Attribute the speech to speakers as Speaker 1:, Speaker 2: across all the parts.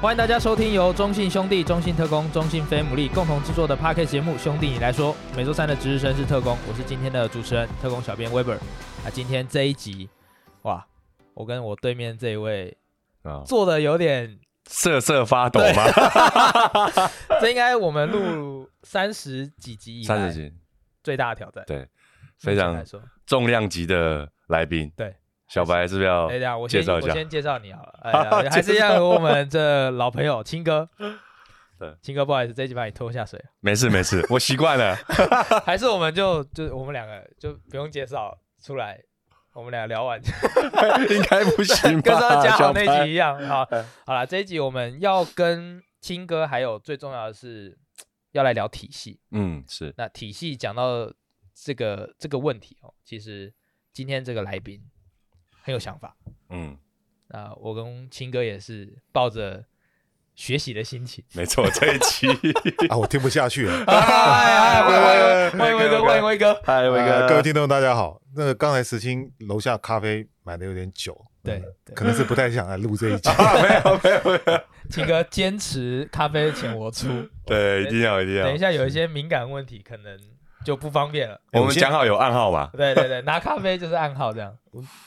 Speaker 1: 欢迎大家收听由中信兄弟、中信特工、中信飞姆利共同制作的 p a r k e t 节目《兄弟你来说》。每周三的值日生是特工，我是今天的主持人特工小编 Weber。那今天这一集，哇，我跟我对面这一位
Speaker 2: 啊，
Speaker 1: 做的有点，
Speaker 2: 瑟瑟发抖吗？
Speaker 1: 这应该我们录三十几集以
Speaker 2: 三
Speaker 1: 来
Speaker 2: 十斤，
Speaker 1: 最大的挑战。
Speaker 2: 对
Speaker 1: 目
Speaker 2: 非
Speaker 1: 前来
Speaker 2: 常
Speaker 1: 说，
Speaker 2: 重量级的来宾。
Speaker 1: 对，
Speaker 2: 小白是不是要
Speaker 1: 哎呀，我
Speaker 2: 介
Speaker 1: 先
Speaker 2: 绍一
Speaker 1: 我
Speaker 2: 下？
Speaker 1: 先介绍你好 了，哎呀，还是要我们这老朋友青哥。
Speaker 2: 对，
Speaker 1: 青哥，不好意思，这一集把你拖下水了。
Speaker 2: 没事没 事，我习惯了。
Speaker 1: 还是我们就就我们两个就不用介绍出来，我们俩聊完，
Speaker 2: 应该不行
Speaker 1: 跟上
Speaker 2: 吧？
Speaker 1: 次讲好
Speaker 2: 小
Speaker 1: 那集
Speaker 2: 白
Speaker 1: 一样。好，好了，这一集我们要跟青哥，还有最重要的是要来聊体系。
Speaker 2: 嗯，是
Speaker 1: 那体系讲到这个这个问题哦，其实今天这个来宾很有想法。
Speaker 2: 嗯，
Speaker 1: 那我跟青哥也是抱着学习的心情。
Speaker 2: 没错，这一 期。
Speaker 3: 啊，我听不下去了。
Speaker 1: 哎哎，哎欢迎威哥，欢迎威哥。
Speaker 2: 嗨，伟
Speaker 3: 呃
Speaker 2: 哥，
Speaker 3: 各位听众大家好。那个刚才石青楼下咖啡买的有点久，
Speaker 1: 对
Speaker 3: 嗯，
Speaker 1: 对
Speaker 3: 可能是不太想来录这一 集。
Speaker 1: 青哥坚持咖啡钱我出。
Speaker 2: 对，一定要一定
Speaker 1: 等一
Speaker 2: 要。
Speaker 1: 下有一些敏感问题，可能就不方便了。
Speaker 2: 我们讲好有暗号嘛？
Speaker 1: 对对对，拿咖啡就是暗号 这样。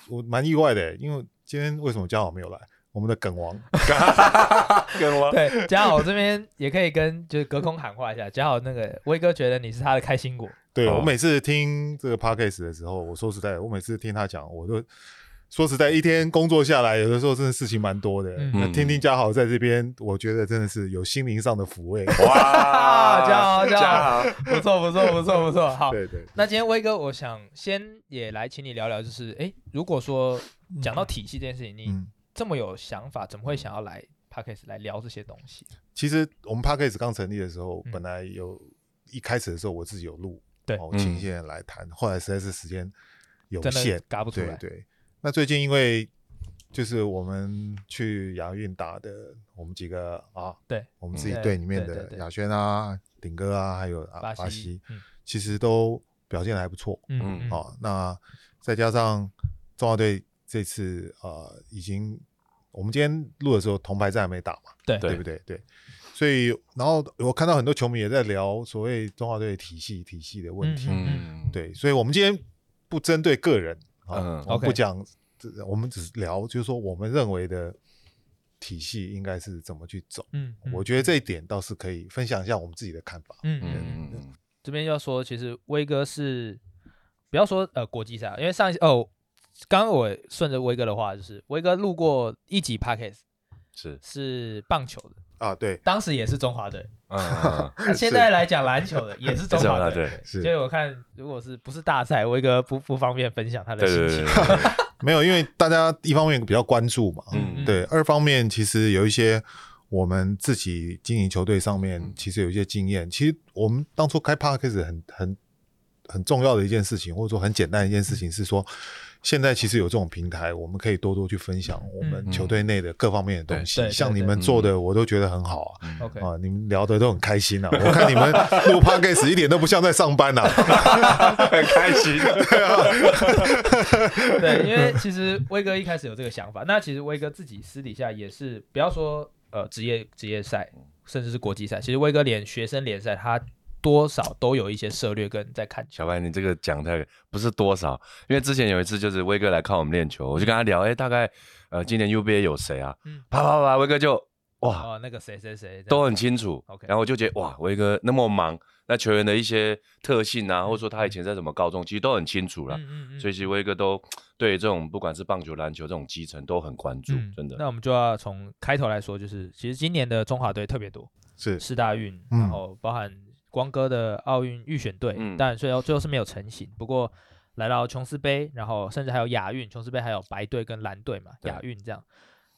Speaker 3: 我蛮意外的，因为今天为什么嘉豪没有来？我们的梗王，
Speaker 2: 跟我
Speaker 1: 对，嘉豪这边也可以跟就是隔空喊话一下，嘉豪那个威哥觉得你是他的开心果，
Speaker 3: 对、
Speaker 2: 哦
Speaker 3: 我每次听这个 podcast 的时候，我说实在，我每次听他讲，我都说实在，一天工作下来，有的时候真的事情蛮多的。
Speaker 1: 嗯
Speaker 3: 那听听嘉豪在这边，我觉得真的是有心灵上的抚慰。
Speaker 2: 哇，
Speaker 1: 加好加
Speaker 2: 加好，
Speaker 1: 不错不错不错不错。好，
Speaker 3: 对对，
Speaker 1: 哦那今天威哥，我想先也来请你聊聊，就是哎，如果说讲到体系这件事情，你
Speaker 3: 嗯，
Speaker 1: 这么有想法，怎么会想要来 p a c k a g e 来聊这些东西？
Speaker 3: 其实我们 p a c k a g e 刚成立的时候，
Speaker 1: 嗯
Speaker 3: 本来有一开始的时候我自己有录，
Speaker 1: 对
Speaker 3: 哦，请一些人来谈，后来实在是时间有
Speaker 1: 真的
Speaker 3: 限，
Speaker 1: 嘎不出
Speaker 3: 对
Speaker 1: 来。
Speaker 3: 对。那最近因为就是我们去亚运打的，我们几个啊，
Speaker 1: 对，
Speaker 3: 我们自己
Speaker 1: 嗯
Speaker 3: 队里面
Speaker 1: 对对
Speaker 3: 的
Speaker 1: 对
Speaker 3: 亚轩啊、顶哥啊，还有啊
Speaker 1: 巴西
Speaker 3: 巴西，，
Speaker 1: 嗯
Speaker 3: 其实都表现的还不错。
Speaker 1: 嗯嗯，
Speaker 3: 啊、那再加上中华队这次呃，已经我们今天录的时候铜牌战还没打嘛，
Speaker 1: 对
Speaker 3: 对不对？对，所以然后我看到很多球迷也在聊所谓中华队的体系体系的问题，
Speaker 2: 嗯，
Speaker 3: 对，所以我们今天不针对个人啊，
Speaker 2: 嗯
Speaker 3: 我们
Speaker 1: OK
Speaker 3: 不讲这，我们只是聊，就是说我们认为的体系应该是怎么去走。
Speaker 1: 嗯，嗯
Speaker 3: 我觉得这一点倒是可以分享一下我们自己的看法。
Speaker 1: 嗯嗯嗯嗯
Speaker 2: 嗯嗯
Speaker 1: 这边要说，其实威哥是不要说呃国际赛啊，因为上一哦，刚刚我顺着威哥的话，就是威哥录过一集 podcast
Speaker 2: 是，
Speaker 1: 是棒球的，
Speaker 3: 啊，对，
Speaker 1: 当时也是中华队，
Speaker 2: 嗯，
Speaker 1: 那现在来讲篮球的也是中华队。
Speaker 2: 对
Speaker 3: 是
Speaker 1: 所以我看，如果是不是大赛，威哥不不方便分享他的
Speaker 2: 对
Speaker 1: 心
Speaker 2: 对
Speaker 1: 情。
Speaker 2: 对，
Speaker 3: 没有，因为大家一方面比较关注嘛，
Speaker 2: 嗯，
Speaker 3: 对，二方面其实有一些我们自己经营球队上面，
Speaker 1: 嗯
Speaker 3: 其实有一些经验。其实我们当初开 p a r k 很很很重要的一件事情，或者说很简单的一件
Speaker 1: 嗯
Speaker 3: 事情是说，现在其实有这种平台，我们可以多多去分享我们
Speaker 1: 嗯
Speaker 3: 球队内的各方面的东西。
Speaker 1: 对对
Speaker 3: 像
Speaker 1: 对
Speaker 3: 你
Speaker 1: 对嗯
Speaker 3: 们做的，我都觉得很好啊。
Speaker 2: 嗯
Speaker 1: OK，
Speaker 3: 啊，你们聊的都很开心啊！我看你们录 podcast 一点都不像在上班呐、啊。
Speaker 2: 嗯 很开心。
Speaker 1: 对，因为其实威哥一开始有这个想法，那其实威哥自己私底下也是，不要说呃职业职业赛，甚至是国际赛，其实威哥连学生联赛他多少都有一些策略跟在看球。
Speaker 2: 小白，你这个讲太不是多少，因为之前有一次就是威哥来看我们练球，我就跟他聊，哎，大概呃今年 UBA 有谁啊
Speaker 1: 嗯？
Speaker 2: 啪啪啪，威哥就哇
Speaker 1: 哦，那个谁谁谁
Speaker 2: 都很清楚
Speaker 1: OK，
Speaker 2: 然后我就觉得哇，威哥那么忙，那球员的一些特性啊，或者说他以前在什么高中，其实都很清楚
Speaker 1: 了
Speaker 2: 了。，
Speaker 1: 嗯
Speaker 2: 所以其实威哥都对这种不管是棒球、篮球这种基层都很关注，真
Speaker 1: 嗯
Speaker 2: 的。嗯
Speaker 1: 那我们就要从开头来说，就是其实今年的中华队特别多，
Speaker 3: 是
Speaker 1: 四大运，
Speaker 3: 嗯
Speaker 1: 然后包含光哥的奥运预选队，
Speaker 2: 嗯
Speaker 1: 但最后最后是没有成型。不过来到琼斯杯，然后甚至还有亚运，琼斯杯还有白队跟蓝队嘛，
Speaker 2: 对
Speaker 1: 亚运这样。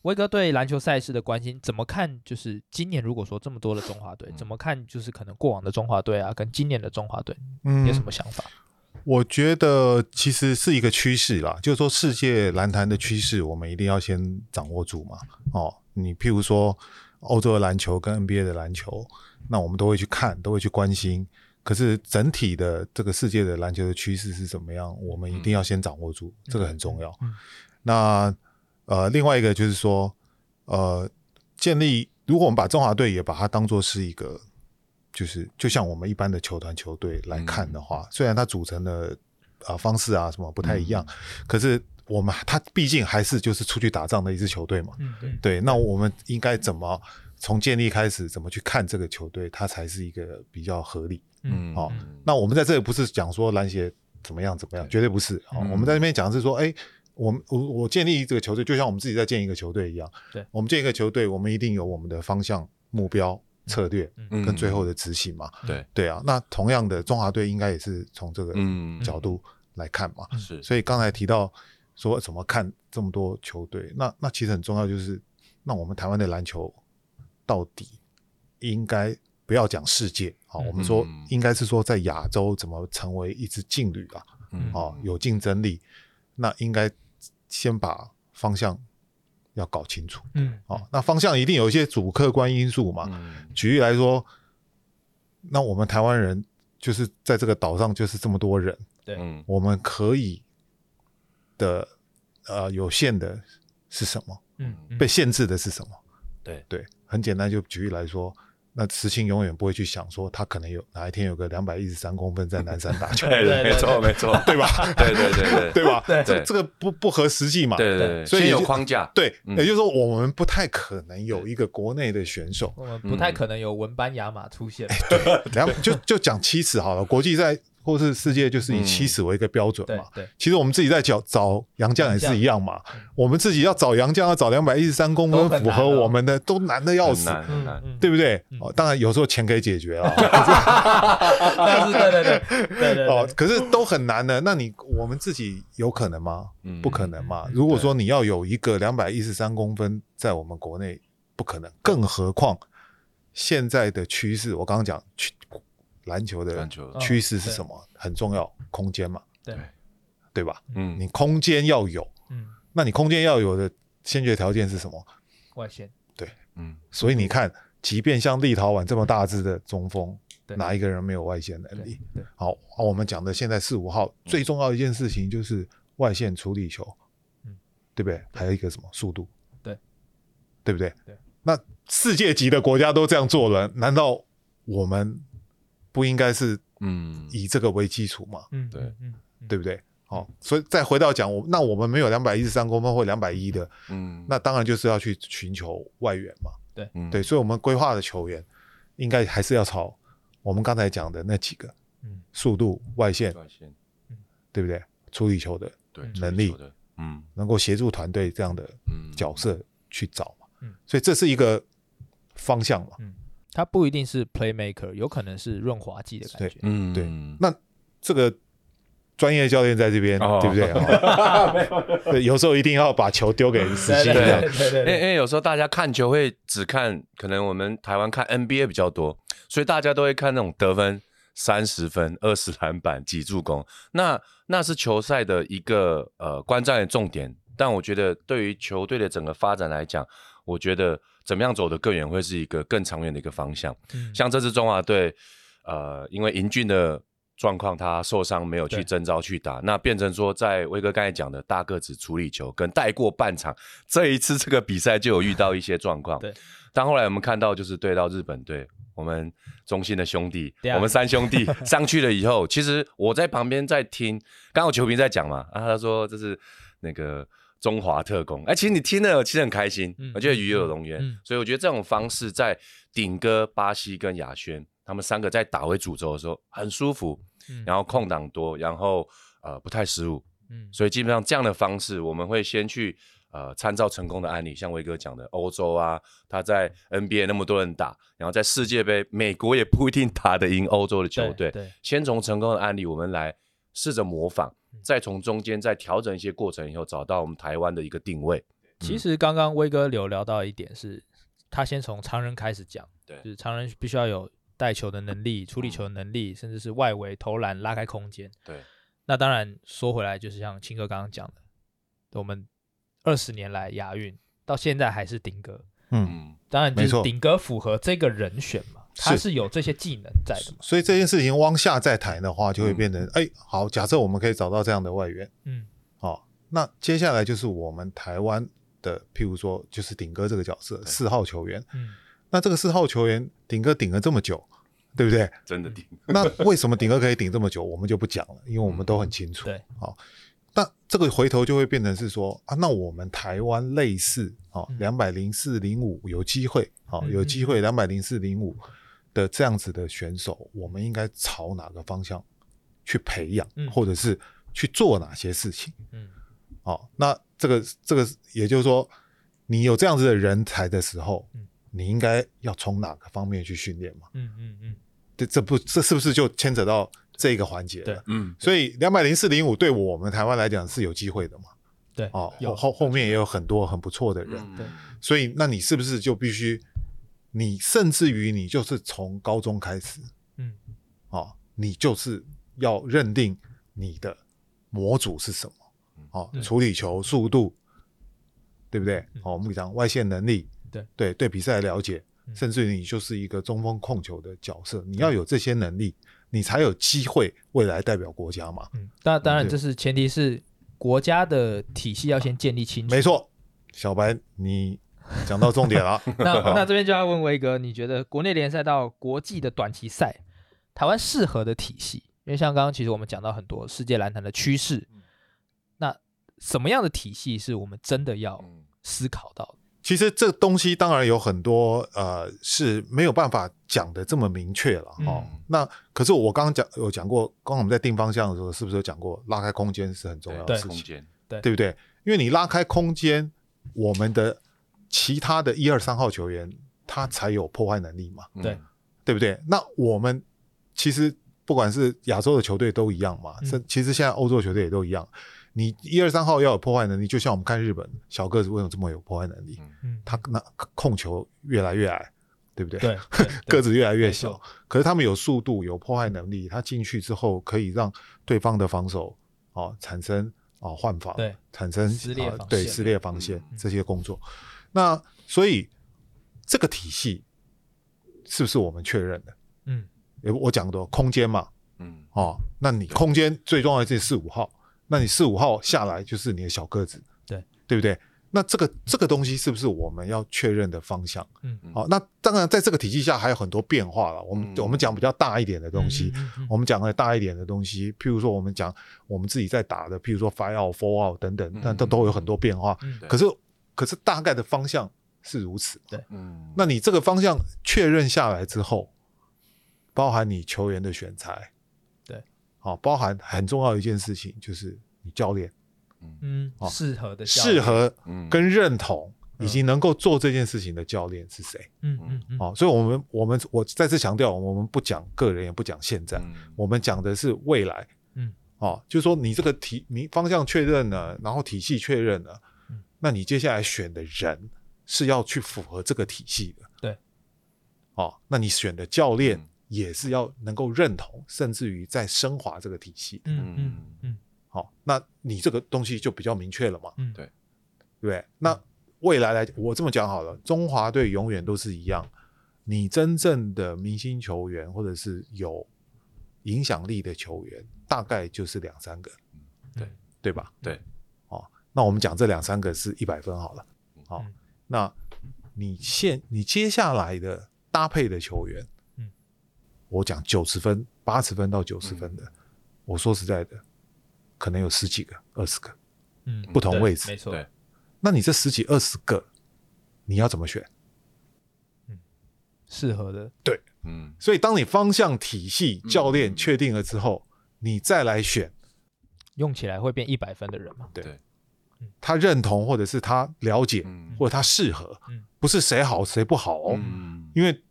Speaker 1: 威哥对篮球赛事的关心怎么看？就是今年如果说这么多的中华队，
Speaker 2: 嗯
Speaker 1: 怎么看？就是可能过往的中华队啊，跟今年的中华队，
Speaker 3: 嗯
Speaker 1: 你有什么想法？
Speaker 3: 我觉得其实是一个趋势啦，就是说世界篮坛的趋势，我们一定要先掌握住嘛。哦，你譬如说欧洲的篮球跟 NBA 的篮球，那我们都会去看，都会去关心。可是整体的这个世界的篮球的趋势是怎么样，我们一定要先掌握住，这个很重要。
Speaker 1: 嗯
Speaker 3: 那呃，另外一个就是说，呃，建立如果我们把中华队也把它当做是一个，就是就像我们一般的球团球队来看的话，虽然它组成的啊、呃方式啊什么不太一样，可是我们它毕竟还是就是出去打仗的一支球队嘛。
Speaker 1: 嗯，对，
Speaker 3: 对，那我们应该怎么从建立开始，怎么去看这个球队，它才是一个比较合理。
Speaker 1: 嗯，
Speaker 3: 好那我们在这里不是讲说篮协怎么样怎么样，绝对不是。好、
Speaker 1: 嗯
Speaker 3: 我们在那边讲的是说，哎、我们我我建立这个球队，就像我们自己在建一个球队一样。
Speaker 1: 对
Speaker 3: 我们建一个球队，我们一定有我们的方向、目标、策略
Speaker 1: 嗯
Speaker 3: 跟最后的执行嘛。
Speaker 2: 对，
Speaker 3: 对啊，那同样的，中华队应该也是从这个
Speaker 2: 嗯
Speaker 3: 角度来看嘛。
Speaker 2: 是，
Speaker 3: 所以刚才提到说怎么看这么多球队，那那其实很重要，就是那我们台湾的篮球到底应该不要讲世界啊、
Speaker 1: 嗯
Speaker 3: 我们说
Speaker 2: 嗯
Speaker 3: 应该是说在亚洲怎么成为一支劲旅啊，
Speaker 2: 嗯
Speaker 3: 哦、有竞争力，那应该先把方向要搞清楚
Speaker 1: 嗯，
Speaker 3: 啊、那方向一定有一些主客观因素嘛，
Speaker 2: 嗯
Speaker 3: 举例来说，那我们台湾人就是在这个岛上就是这么多人。
Speaker 2: 嗯
Speaker 3: 我们可以的呃有限的是什么？
Speaker 1: 嗯，嗯
Speaker 3: 被限制的是什么？
Speaker 2: 对
Speaker 3: 对，很简单，就举例来说，那慈青永远不会去想说他可能有哪一天有个两百一十三公分在南山打 球，
Speaker 2: 对，
Speaker 1: 对
Speaker 2: 没错没错，对吧？对对对对
Speaker 3: 对吧？
Speaker 1: 对
Speaker 3: 这这个不不合实际嘛。
Speaker 2: 对对对，
Speaker 3: 所以
Speaker 2: 先
Speaker 3: 也
Speaker 2: 有
Speaker 3: 就
Speaker 2: 框架，
Speaker 3: 对，
Speaker 2: 嗯
Speaker 3: 也就是说我们不太可能有一个国内的选手，
Speaker 1: 我们不太
Speaker 2: 嗯
Speaker 1: 可能有文班亚马出
Speaker 3: 哎
Speaker 1: 现，
Speaker 3: 两就就讲七尺好了，国际赛或是世界就是以七尺为一个标准
Speaker 1: 对
Speaker 3: 嘛。
Speaker 1: 对，
Speaker 3: 其实我们自己在找找洋将也是一样嘛
Speaker 1: 将嗯，
Speaker 3: 我们自己要找洋将要找两百一十三公
Speaker 1: 都
Speaker 3: 分
Speaker 1: 很
Speaker 3: 符
Speaker 1: 难
Speaker 3: 合
Speaker 1: 哦
Speaker 3: 我们的，都难的啊要
Speaker 2: 很
Speaker 3: 死，
Speaker 2: 难很难，
Speaker 1: 嗯，
Speaker 3: 对不对
Speaker 1: 嗯？
Speaker 3: 哦，当然有时候钱可以解决 啊，
Speaker 1: 但是对对对对对
Speaker 3: 哦
Speaker 1: 对，，
Speaker 3: 可是都很难的。那你我们自己有可能吗？
Speaker 2: 嗯
Speaker 3: 不可能嘛。如果说你要有一个两百一十三公分，在我们国内不可能，更何况现在的趋势，我刚刚讲趋篮球的
Speaker 2: 篮球
Speaker 3: 趋势是
Speaker 1: 对
Speaker 3: 什么？很重要，空间嘛，
Speaker 1: 对
Speaker 3: 对吧？
Speaker 2: 嗯
Speaker 3: 你空间要有。
Speaker 1: 嗯，
Speaker 3: 那你空间要有的先决条件是什么？
Speaker 1: 外线，
Speaker 2: 嗯
Speaker 3: 所以你看，即便像立陶宛这么大只的中锋，
Speaker 1: 对
Speaker 3: 哪一个人没有外线能
Speaker 1: 对
Speaker 3: 力？
Speaker 1: 对，
Speaker 3: 好，啊我们讲的现在四五号最重要的一件事情就是外线处理球，
Speaker 1: 嗯
Speaker 3: 对不对？还有一个什么速度？
Speaker 1: 对，
Speaker 3: 对不对？
Speaker 1: 对。
Speaker 3: 那世界级的国家都这样做了，难道我们不应该是
Speaker 2: 嗯
Speaker 3: 以这个为基础吗？
Speaker 1: 嗯，
Speaker 2: 对
Speaker 1: 嗯，嗯，
Speaker 3: 对不对？好、所以再回到讲，我那我们没有两百一十三公分或两百一的，
Speaker 2: 嗯
Speaker 3: 那当然就是要去寻求外援嘛。
Speaker 2: 嗯
Speaker 3: 对，所以我们规划的球员应该还是要朝我们刚才讲的那几个
Speaker 1: 嗯
Speaker 3: 速度、外线，
Speaker 2: 外线
Speaker 3: 对不对？处理球的，
Speaker 2: 对
Speaker 1: 嗯
Speaker 3: 能力
Speaker 2: 足球的嗯
Speaker 3: 能够协助团队这样的
Speaker 2: 嗯
Speaker 3: 角色去找嘛。
Speaker 1: 嗯
Speaker 3: 所以这是一个方向嘛。
Speaker 1: 他不一定是 playmaker，有可能是润滑剂的感觉，
Speaker 2: 嗯
Speaker 3: 对
Speaker 2: 嗯
Speaker 3: 那这个专业教练在这边，
Speaker 2: 哦
Speaker 3: 对不对？哦对，有时候一定要把球丢给司
Speaker 1: 对
Speaker 3: 机
Speaker 1: 对
Speaker 3: 这样。
Speaker 1: 对对对对，
Speaker 2: 因为因为哎有时候大家看球会只看，可能我们台湾看 NBA 比较多，所以大家都会看那种得分三十分、二十篮板、几助攻，那那是球赛的一个呃观战的重点。但我觉得对于球队的整个发展来讲，我觉得怎么样走得更远会是一个更长远的一个方向。
Speaker 1: 嗯
Speaker 2: 像这支中华队，呃，因为银俊的状况，他受伤没有去
Speaker 1: 对
Speaker 2: 征召去打，那变成说，在威哥刚才讲的大个子处理球跟带过半场，这一次这个比赛就有遇到一些状况。
Speaker 1: 对，
Speaker 2: 但后来我们看到就是对到日本队。我们中信的兄弟
Speaker 1: 对，啊
Speaker 2: 我们三 兄弟上去了以后，其实我在旁边在听，刚好球评在讲嘛，啊，他说这是那个中华特工，哎、其实你听了其实很开心，
Speaker 1: 嗯
Speaker 2: 我觉得鱼有龙源，
Speaker 1: 嗯
Speaker 2: 所以我觉得这种方式在顶哥、巴西跟亚轩他们三个在打回主轴的时候很舒服，
Speaker 1: 嗯
Speaker 2: 然后空档多，然后呃不太失误，
Speaker 1: 嗯
Speaker 2: 所以基本上这样的方式，我们会先去呃参照成功的案例，像威哥讲的欧洲啊，他在 NBA 那么多人打，然后在世界杯，美国也不一定打得赢欧洲的球队，
Speaker 1: 对，
Speaker 2: 先从成功的案例，我们来试着模仿
Speaker 1: 嗯，
Speaker 2: 再从中间再调整一些过程以后，找到我们台湾的一个定位。
Speaker 1: 其实刚刚威哥有聊到一点是，他先从常人开始讲，
Speaker 2: 对
Speaker 1: 就是常人必须要有带球的能力、处理球的能力，甚至是外围投篮、拉开空间。
Speaker 2: 嗯对，
Speaker 1: 那当然说回来，就是像青哥刚刚讲的，我们二十年来亚运到现在还是顶格，
Speaker 3: 嗯，
Speaker 2: 嗯，
Speaker 1: 当然就
Speaker 3: 没
Speaker 1: 是
Speaker 3: 错
Speaker 1: 顶格符合这个人选嘛，他
Speaker 3: 是
Speaker 1: 是有这些技能在的嘛，
Speaker 3: 所以这件事情往下再谈的话，就会变成哎、好，假设我们可以找到这样的外援，
Speaker 1: 嗯
Speaker 3: 哦，那接下来就是我们台湾的，譬如说就是顶哥这个角色，四号球员，
Speaker 1: 嗯
Speaker 3: 那这个四号球员顶哥顶了这么久，对不 对？
Speaker 2: 真的顶。
Speaker 3: 那为什么顶哥可以顶这么久，我们就不讲了，因为我们都很清楚。
Speaker 1: 嗯对，
Speaker 3: 好、但这个回头就会变成是说啊，那我们台湾类似哦，两百零四零五有机会，好、
Speaker 1: 嗯
Speaker 3: 有机会两百零四零五的这样子的选手，我们应该朝哪个方向去培养，
Speaker 1: 嗯
Speaker 3: 或者是去做哪些事情？
Speaker 1: 嗯
Speaker 3: 哦，那这个这个也就是说，你有这样子的人才的时候，
Speaker 1: 嗯
Speaker 3: 你应该要从哪个方面去训练嘛？
Speaker 1: 嗯嗯嗯，
Speaker 3: 这这不这是不是就牵扯到这个环节了？
Speaker 1: 对
Speaker 2: 嗯，
Speaker 3: 所以两百零四零五对我们台湾来讲是有机会的嘛？
Speaker 1: 对，
Speaker 3: 哦，
Speaker 1: 有
Speaker 3: 后后后面也有很多很不错的
Speaker 2: 嗯
Speaker 3: 人，
Speaker 1: 对
Speaker 3: 所以那你是不是就必须，你甚至于你就是从高中开始，
Speaker 1: 嗯
Speaker 3: 哦，你就是要认定你的模组是什么，哦，
Speaker 1: 嗯
Speaker 3: 处理球速度，对不对
Speaker 1: 嗯？
Speaker 3: 哦，我们讲外线能力，
Speaker 1: 对
Speaker 3: 对对，比赛了解，
Speaker 1: 嗯
Speaker 3: 甚至于你就是一个中锋控球的角色，你要有这些能力，你才有机会未来代表国家嘛。
Speaker 1: 嗯，当当然
Speaker 3: 对
Speaker 1: 这是前提是国家的体系要先建立清楚。
Speaker 3: 没错，小白，你讲到重点 了。
Speaker 1: 那那这边就要问威哥，你觉得国内联赛到国际的短期赛，台湾适合的体系？因为像刚刚其实我们讲到很多世界篮坛的趋势，
Speaker 3: 嗯
Speaker 1: 那什么样的体系是我们真的要
Speaker 3: 哦
Speaker 2: 嗯
Speaker 1: 思考到的？
Speaker 3: 其实这东西当然有很多呃是没有办法讲的这么明确了哦。
Speaker 1: 嗯
Speaker 3: 那可是我刚刚讲有讲过，刚刚我们在定方向的时候，是不是有讲过拉开空间是很重要的
Speaker 1: 对
Speaker 3: 事
Speaker 2: 空
Speaker 3: 情，
Speaker 2: 间，
Speaker 3: 对不对？因为你拉开空间，我们的其他的一二三号球员他才有破坏能力嘛，
Speaker 2: 嗯
Speaker 1: 对
Speaker 3: 对不对？那我们其实不管是亚洲的球队都一样嘛，
Speaker 1: 嗯
Speaker 3: 甚其实现在欧洲的球队也都一样。你一二三号要有破坏能力，就像我们看日本小个子为什么这么有破坏能力？
Speaker 1: 嗯，
Speaker 3: 他那控球越来越矮，对不对？
Speaker 1: 对，
Speaker 3: 个
Speaker 1: 子
Speaker 3: 子越来越
Speaker 1: 没
Speaker 3: 小
Speaker 1: 错，
Speaker 3: 可是他们有速度，有破坏能力，他进去之后可以让对方的防守哦产生哦换防，
Speaker 1: 对
Speaker 3: 产生
Speaker 1: 撕裂
Speaker 3: 呃
Speaker 1: 防
Speaker 3: 对
Speaker 1: 线
Speaker 3: 撕裂防线
Speaker 1: 嗯
Speaker 3: 这些工作。那所以这个体系是不是我们确认的？
Speaker 1: 嗯
Speaker 3: 诶我讲的空间嘛，
Speaker 2: 嗯
Speaker 3: 哦，那你空间最重要的是四五号，那你四五号下来就是你的小个子，
Speaker 1: 对
Speaker 3: 对不对？那这个这个东西是不是我们要确认的方向？
Speaker 1: 嗯
Speaker 3: 好、那当然在这个体系下还有很多变化了。我们、
Speaker 2: 嗯
Speaker 3: 我们讲比较大一点的东西，
Speaker 1: 嗯嗯嗯
Speaker 3: 我们讲的大一点的东西，譬如说我们讲我们自己在打的，譬如说 five out、four out 等等，那都
Speaker 2: 嗯
Speaker 3: 都有很多变化。
Speaker 1: 嗯
Speaker 2: 对
Speaker 3: 可是可是大概的方向是如此。
Speaker 2: 嗯，
Speaker 3: 那你这个方向确认下来之后，包含你球员的选材，
Speaker 1: 对，
Speaker 3: 好、包含很重要的一件事情就是你教练
Speaker 1: 嗯
Speaker 3: 哦
Speaker 1: 适合的教育
Speaker 3: 适合
Speaker 2: 嗯
Speaker 3: 跟认同
Speaker 1: 嗯
Speaker 3: 以及能够做这件事情的教练是谁。
Speaker 1: 嗯嗯嗯
Speaker 3: 哦，所以我们我们我再次强调，我们不讲个人，也不讲现在，
Speaker 2: 嗯
Speaker 3: 我们讲的是未来。
Speaker 1: 嗯，
Speaker 3: 哦，就是说你这个体你方向确认了，然后体系确认了，
Speaker 1: 嗯
Speaker 3: 那你接下来选的人是要去符合这个体系的。
Speaker 1: 对。
Speaker 3: 哦，那你选的教练
Speaker 2: 嗯
Speaker 3: 也是要能够认同，甚至于在升华这个体系。
Speaker 1: 嗯嗯嗯
Speaker 3: 好、哦，那你这个东西就比较明确了嘛，
Speaker 1: 嗯
Speaker 2: 对
Speaker 3: 对不对？那未来来，我这么讲好了，中华队永远都是一样，你真正的明星球员或者是有影响力的球员，大概就是两三个，
Speaker 2: 对
Speaker 3: 对吧？
Speaker 2: 对，
Speaker 3: 哦，那我们讲这两三个是一百分好了，好、
Speaker 1: 嗯
Speaker 3: 那你现你接下来的搭配的球员，
Speaker 1: 嗯，
Speaker 3: 我讲九十分、八十分到九十分的，我说实在的，可能有十几个、二十个，
Speaker 1: 嗯，
Speaker 3: 不同
Speaker 1: 对
Speaker 3: 位置
Speaker 1: 没错，
Speaker 2: 对
Speaker 3: 那你这十几二十个，你要怎么选？
Speaker 1: 适合的
Speaker 2: 嗯
Speaker 3: 所以，当你方向体系、
Speaker 2: 嗯
Speaker 3: 教练确定了之后，你再来选
Speaker 1: 用起来会变一百分的人嘛，
Speaker 3: 他认同，或者是他了解，
Speaker 2: 嗯
Speaker 3: 或者他适合
Speaker 1: 嗯，
Speaker 3: 不是谁好谁不好哦。
Speaker 2: 嗯
Speaker 3: 因为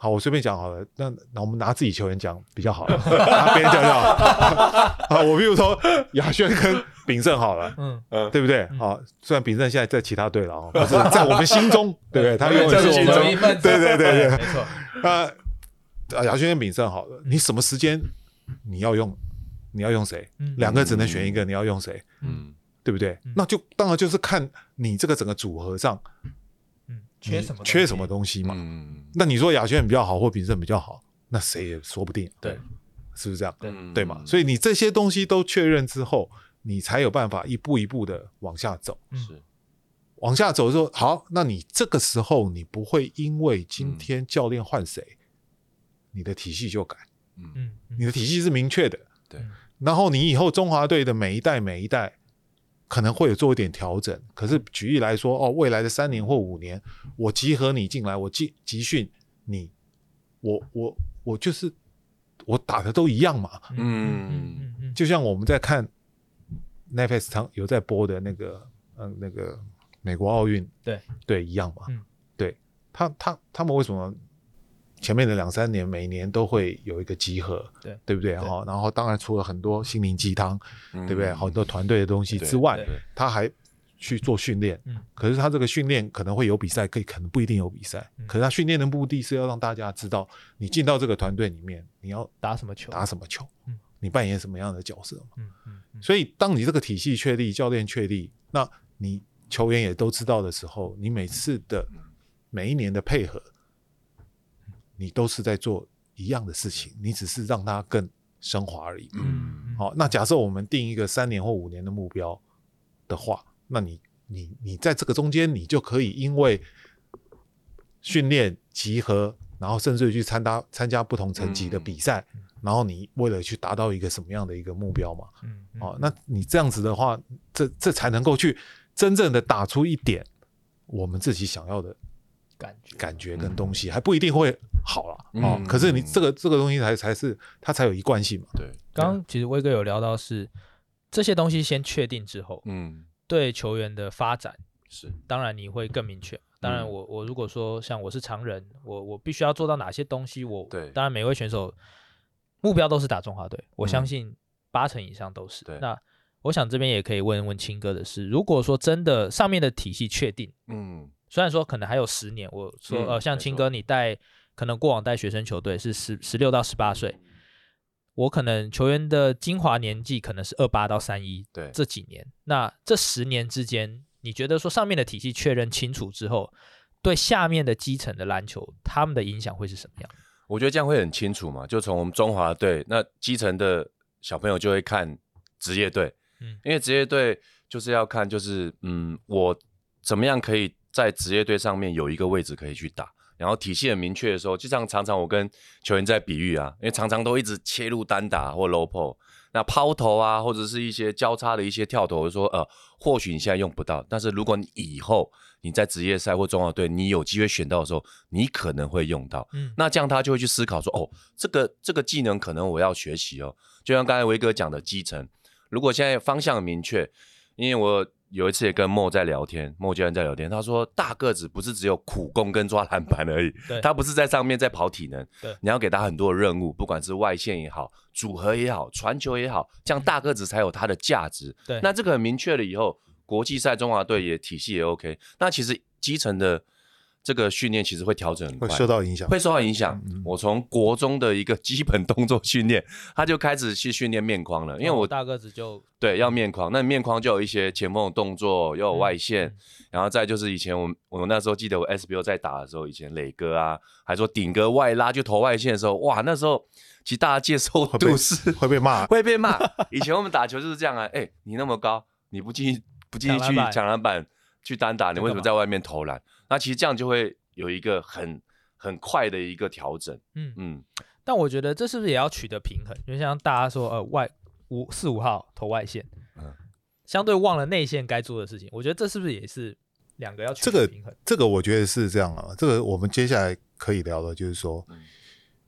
Speaker 3: 好，我随便讲好了，那那我们拿自己球员讲比较好了，拿别人讲就好。 啊，我比如说亚轩跟秉胜好了。
Speaker 1: 嗯，
Speaker 3: 对不对？好、虽然秉胜现在在其他队了哦，可是在我们心中，对不对？他永远
Speaker 1: 这
Speaker 3: 是
Speaker 1: 是
Speaker 3: 我
Speaker 1: 我
Speaker 3: 们
Speaker 1: 们的一份子，
Speaker 3: 对对对对
Speaker 1: 没错，
Speaker 3: 啊，啊，亚轩跟秉胜好了，你什么时间你要用，你要用谁？
Speaker 1: 嗯
Speaker 3: 两个只能选一个，你要用谁？
Speaker 2: 嗯
Speaker 3: 对不对
Speaker 1: 嗯？
Speaker 3: 那就当然就是看你这个整个组合上
Speaker 1: 嗯，缺
Speaker 3: 你
Speaker 1: 什么
Speaker 3: 缺什么
Speaker 1: 东
Speaker 3: 东西嘛。
Speaker 2: 嗯
Speaker 3: 那你说亚轩比较好，或秉胜比较好，那谁也说不定，
Speaker 1: 西，对，
Speaker 3: 是不是这样？
Speaker 2: 嗯
Speaker 3: 对嘛？所以你这些东西都确认之后，你才有办法一步一步的往下走。
Speaker 2: 以是
Speaker 3: 往下走之后，好，那你这个时候你不会因为今
Speaker 2: 嗯
Speaker 3: 天教练换谁，你的体系就改，
Speaker 2: 嗯，
Speaker 1: 嗯，
Speaker 3: 你的体系是明确的。
Speaker 2: 对
Speaker 3: 然后你以后中华队的每一代每一代可能会有做一点调整。可是举例来说，哦，未来的三年或五年，我集合你进来，我集集训你，我我我就是我打的都一样嘛。
Speaker 1: 嗯嗯嗯嗯，
Speaker 3: 就像我们在看 Netflix 上有在播的那个，嗯、那个美国奥运，
Speaker 1: 对
Speaker 3: 对，一样嘛。
Speaker 1: 嗯
Speaker 3: 对他他他们为什么前面的两三年每年都会有一个集合，
Speaker 1: 对
Speaker 3: 对不对？
Speaker 1: 对
Speaker 3: 哈，然后当然除了很多心灵鸡汤，
Speaker 2: 嗯
Speaker 3: 对不对？很多团队的东西之外
Speaker 1: 对，
Speaker 2: 对
Speaker 3: 他还去做训练。
Speaker 1: 嗯
Speaker 3: 可是他这个训练可能会有比赛，可以可能不一定有比赛。
Speaker 1: 嗯
Speaker 3: 可是他训练的目的是要让大家知道，你进到这个团队里面，你要
Speaker 1: 打什么球？
Speaker 3: 打什么球，
Speaker 1: 嗯
Speaker 3: 你扮演什么样的角色嘛。
Speaker 1: 嗯嗯嗯，
Speaker 3: 所以，当你这个体系确立，教练确立，那你球员也都知道的时候，你每次的每一年的配合，你都是在做一样的事情，你只是让它更升华而已。
Speaker 1: 嗯，
Speaker 3: 好、那假设我们定一个三年或五年的目标的话，那你你你在这个中间，你就可以因为训练集合，然后甚至去参加参加不同层级的比赛，
Speaker 1: 嗯
Speaker 3: 然后你为了去达到一个什么样的一个目标嘛？
Speaker 1: 嗯，
Speaker 3: 哦，那你这样子的话，这这才能够去真正的打出一点我们自己想要的
Speaker 1: 感觉
Speaker 3: 感觉跟东西，还不一定会好了哦。
Speaker 2: 嗯
Speaker 3: 可是你这个这个东西才才是它才有一贯性嘛。
Speaker 2: 对，
Speaker 1: 刚刚其实威哥有聊到是这些东西先确定之后，
Speaker 2: 嗯，
Speaker 1: 对球员的发展，
Speaker 2: 是
Speaker 1: 当然你会更明确。当然
Speaker 2: 嗯
Speaker 1: 我，我如果说像我是常人，我我必须要做到哪些东西，我
Speaker 2: 对
Speaker 1: 当然每位选手目标都是打中华队，我
Speaker 2: 嗯
Speaker 1: 相信八成以上都是。
Speaker 2: 对
Speaker 1: 那我想这边也可以问问青哥的是，如果说真的上面的体系确定，
Speaker 2: 嗯，
Speaker 1: 虽然说可能还有十年，我说、
Speaker 2: 嗯
Speaker 1: 呃，像
Speaker 2: 没
Speaker 1: 青
Speaker 2: 错
Speaker 1: 哥你带可能过往带学生球队是十十六到十八
Speaker 2: 嗯
Speaker 1: 岁，我可能球员的精华年纪可能是二八到三一
Speaker 2: 对，
Speaker 1: 这几年，那这十年之间，你觉得说上面的体系确认清楚之后，对下面的基层的篮球他们的影响会是什么样？
Speaker 2: 我觉得这样会很清楚嘛，就从我们中华队那基层的小朋友就会看职业队，
Speaker 1: 嗯
Speaker 2: 因为职业队就是要看，就是嗯，我怎么样可以在职业队上面有一个位置可以去打，然后体系很明确的时候，就像常常我跟球员在比喻啊，因为常常都一直切入单打或 low p o 那抛投啊，或者是一些交叉的一些跳投，就说呃，或许你现在用不到，但是如果你以后你在职业赛或中华队，你有机会选到的时候，你可能会用到。
Speaker 1: 嗯
Speaker 2: 那这样他就会去思考说，哦，这个这个技能可能我要学习哦。就像刚才维哥讲的基层，如果现在方向明确，因为我有一次也跟莫在聊天，莫教练在聊天，他说大个子不是只有苦攻跟抓篮板而已
Speaker 1: 对，
Speaker 2: 他不是在上面在跑体能
Speaker 1: 对，
Speaker 2: 你要给他很多任务，不管是外线也好，组合也好，传球也好，这样大个子才有他的价值。
Speaker 1: 对
Speaker 2: 那这个很明确了以后，国际赛中华队也体系也 OK，那其实基层的。这个训练其实会调整很
Speaker 3: 会
Speaker 2: 快，
Speaker 3: 受到影响，
Speaker 2: 会受到影响
Speaker 3: 嗯嗯。
Speaker 2: 我从国中的一个基本动作训练，他就开始去训练面框了，因为
Speaker 1: 哦
Speaker 2: 我
Speaker 1: 大个子就
Speaker 2: 对要面框，那面框就有一些前锋的动作，要有外线，然后再就是以前我们我那时候记得我 SBO 在打的时候，以前磊哥啊，还说顶哥外拉就投外线的时候，哇，那时候其实大家接受
Speaker 3: 会被
Speaker 2: 度是
Speaker 3: 会被骂。
Speaker 2: 会被骂。以前我们打球就是这样啊，哎、你那么高，你不进不进
Speaker 1: 抢篮
Speaker 2: 去
Speaker 1: 板
Speaker 2: 抢篮板去单打，你为什么在外面投篮？那其实这样就会有一个很很快的一个调整，
Speaker 1: 嗯
Speaker 2: 嗯，
Speaker 1: 但我觉得这是不是也要取得平衡？就像大家说，呃，外五四五号投外线，
Speaker 2: 嗯
Speaker 1: 相对忘了内线该做的事情。我觉得这是不是也是两个要取
Speaker 3: 这
Speaker 1: 得
Speaker 3: 个
Speaker 1: 平衡？
Speaker 3: 这个我觉得是这样啊，这个我们接下来可以聊的就是说，
Speaker 2: 嗯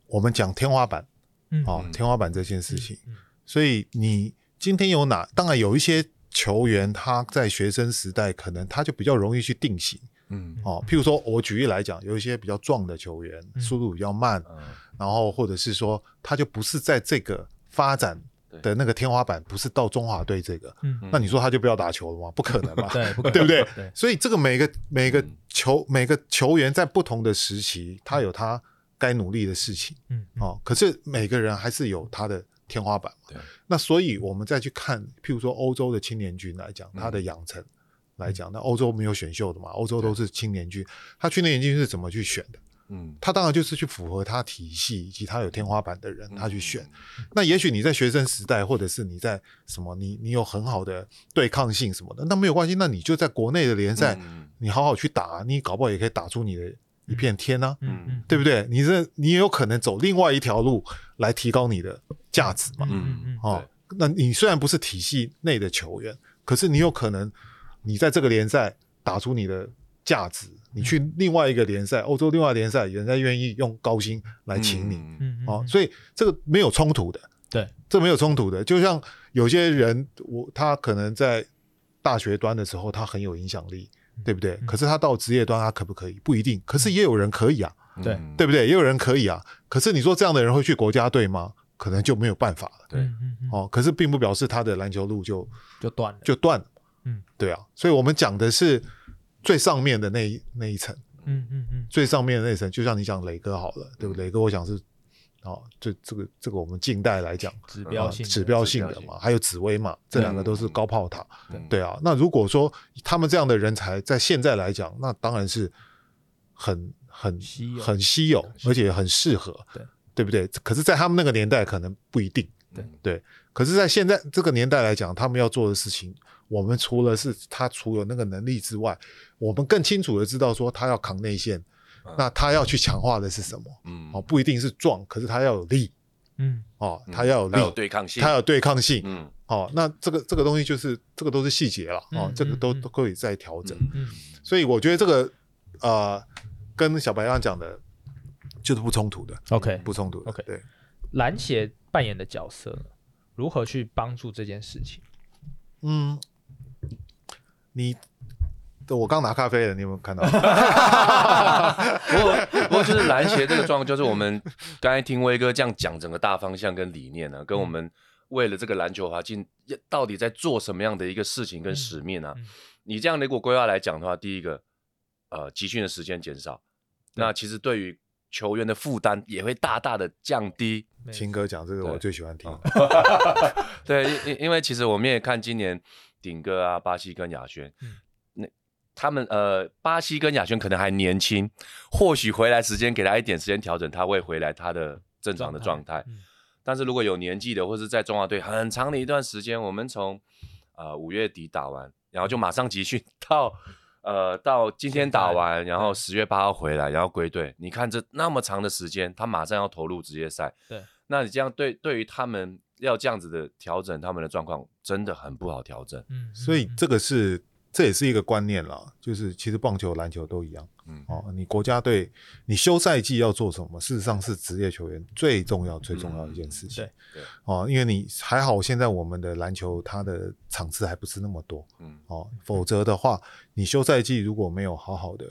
Speaker 3: 我们讲天花板
Speaker 1: 嗯
Speaker 3: 哦，
Speaker 2: 嗯
Speaker 3: 天花板这件事情。
Speaker 1: 嗯
Speaker 3: 所以你今天有哪？当然有一些球员他在学生时代可能他就比较容易去定型
Speaker 2: 嗯
Speaker 3: 哦。譬如说，我举例来讲，有一些比较壮的球员，
Speaker 1: 嗯
Speaker 3: 速度比较慢，
Speaker 2: 嗯
Speaker 3: 然后或者是说他就不是在这个发展的那个天花板，不是到中华队这个。
Speaker 1: 嗯
Speaker 3: 那你说他就不要打球了吗？不可能吧？
Speaker 1: 对， 不可能
Speaker 3: 对不对
Speaker 1: 对，
Speaker 3: 所以这个每个每个
Speaker 2: 嗯
Speaker 3: 球每个球员在不同的时期，他有他该努力的事情
Speaker 1: 嗯，
Speaker 3: 哦。可是每个人还是有他的天花板嘛
Speaker 2: 对。
Speaker 3: 那所以我们再去看，譬如说欧洲的青年军来讲，
Speaker 2: 嗯
Speaker 3: 他的养成来讲，那欧洲没有选秀的嘛，欧洲都是青年军，他青年军是怎么去选的？
Speaker 2: 嗯，
Speaker 3: 他当然就是去符合他体系以及他有天花板的人，
Speaker 2: 嗯
Speaker 3: 他去选。那也许你在学生时代，或者是你在什么，你你有很好的对抗性什么的，那没有关系，那你就在国内的联赛，
Speaker 2: 嗯
Speaker 3: 你好好去打，你搞不好也可以打出你的一片天啊，
Speaker 1: 嗯嗯，
Speaker 3: 对不对？你这你也有可能走另外一条路来提高你的价值嘛。
Speaker 1: 嗯嗯嗯，
Speaker 3: 哦，那你虽然不是体系内的球员，可是你有可能你在这个联赛打出你的价值，你去另外一个联
Speaker 1: 嗯
Speaker 3: 赛，欧洲另外联赛，人家愿意用高薪来请你、
Speaker 2: 嗯
Speaker 1: 嗯嗯
Speaker 3: 哦，
Speaker 1: 以
Speaker 3: 所以这个没有冲突的，
Speaker 1: 对，
Speaker 3: 这没有冲突的。就像有些人，我他可能在大学端的时候他很有影响力，对不对？
Speaker 1: 嗯
Speaker 3: 可是他到职业端他可不可以？不一定，可是也有人可以啊，
Speaker 1: 对
Speaker 2: 嗯
Speaker 3: 对不对？也有人可以啊，可是你说这样的人会去国家队吗？可能就没有办法了。
Speaker 2: 对
Speaker 1: 嗯嗯，
Speaker 3: 哦，可是并不表示他的篮球路就
Speaker 1: 就断了，
Speaker 3: 就断了。
Speaker 1: 嗯，
Speaker 3: 对啊，所以我们讲的是最上面的那一那一层，
Speaker 1: 嗯嗯嗯，
Speaker 3: 最上面的那一层，就像你讲磊哥好了，对不对？磊哥，我想是哦，这这个这个我们近代来讲，
Speaker 1: 指
Speaker 3: 啊
Speaker 1: 标性的
Speaker 3: 指标性
Speaker 2: 指
Speaker 3: 的
Speaker 2: 标性
Speaker 3: 嘛，还有紫薇嘛，这
Speaker 1: 对
Speaker 3: 两个都是高炮塔。
Speaker 2: 嗯
Speaker 3: 对啊，那如果说他们这样的人才在现在来讲，那当然是很很
Speaker 1: 稀有
Speaker 3: 很稀有，而且很适合，
Speaker 1: 对
Speaker 3: 对不对？可是，在他们那个年代可能不一定，
Speaker 1: 对
Speaker 3: 对。可是，在现在这个年代来讲，他们要做的事情，我们除了是他除了那个能力之外，我们更清楚的知道说他要扛内线，
Speaker 2: 嗯
Speaker 3: 那他要去强化的是什么？
Speaker 2: 嗯
Speaker 3: 哦，不一定是壮，可是他要有力
Speaker 1: 嗯
Speaker 3: 哦，
Speaker 2: 嗯
Speaker 3: 他要有力，
Speaker 2: 还有对抗性，
Speaker 3: 他有对抗性，
Speaker 2: 嗯
Speaker 3: 哦，那这个这个东西就是这个都是细节了，哦，
Speaker 1: 嗯
Speaker 3: 这个都
Speaker 1: 嗯嗯
Speaker 3: 都可以再调整。
Speaker 1: 嗯
Speaker 3: 所以我觉得这个呃，跟小白刚刚讲的，就是不冲突的，
Speaker 1: ，OK，
Speaker 3: 不冲突的。
Speaker 1: OK
Speaker 3: 对，
Speaker 1: 篮协扮演的角色呢如何去帮助这件事情？
Speaker 3: 嗯，你对我刚拿咖啡了，你有没有看 到？
Speaker 2: 不过，不过就是篮协这个状况，就是我们刚才听威哥这样讲整个大方向跟理念啊，跟
Speaker 1: 嗯
Speaker 2: 我们为了这个篮球环境要到底在做什么样的一个事情跟使命啊
Speaker 1: 嗯嗯？
Speaker 2: 你这样的一个规划来讲的话，第一个，呃，集训的时间减少，那其实对于球员的负担也会大大的降低。
Speaker 3: 秦哥讲这个
Speaker 2: 对
Speaker 3: 我最喜欢听。
Speaker 1: 嗯
Speaker 2: 对，因因因为其实我们也看今年顶哥啊、巴西跟亚轩，
Speaker 1: 嗯
Speaker 2: 那他们呃，巴西跟亚轩可能还年轻，或许回来时间给他一点时间调整，他会回来他的正常的状态。
Speaker 1: 嗯
Speaker 2: 但是如果有年纪的，或是在中华队很长的一段时间，我们从呃五月底打完，然后就马上集训 到。呃，到今天打完，然后十月八号回来，然后归队。你看这那么长的时间，他马上要投入职业赛，那你这样对对于他们要这样子的调整他们的状况，真的很不好调整。
Speaker 1: 嗯，
Speaker 3: 所以这个是这也是一个观念啦，就是其实棒球、篮球都一样。
Speaker 2: 嗯，
Speaker 3: 哦，你国家队，你休赛季要做什么？事实上是职业球员最重要、最重要的一件事情。
Speaker 1: 对
Speaker 2: 对
Speaker 3: 哦，因为你还好，现在我们的篮球它的场次还不是那么多
Speaker 2: 嗯
Speaker 3: 哦，否则的话，你休赛季如果没有好好的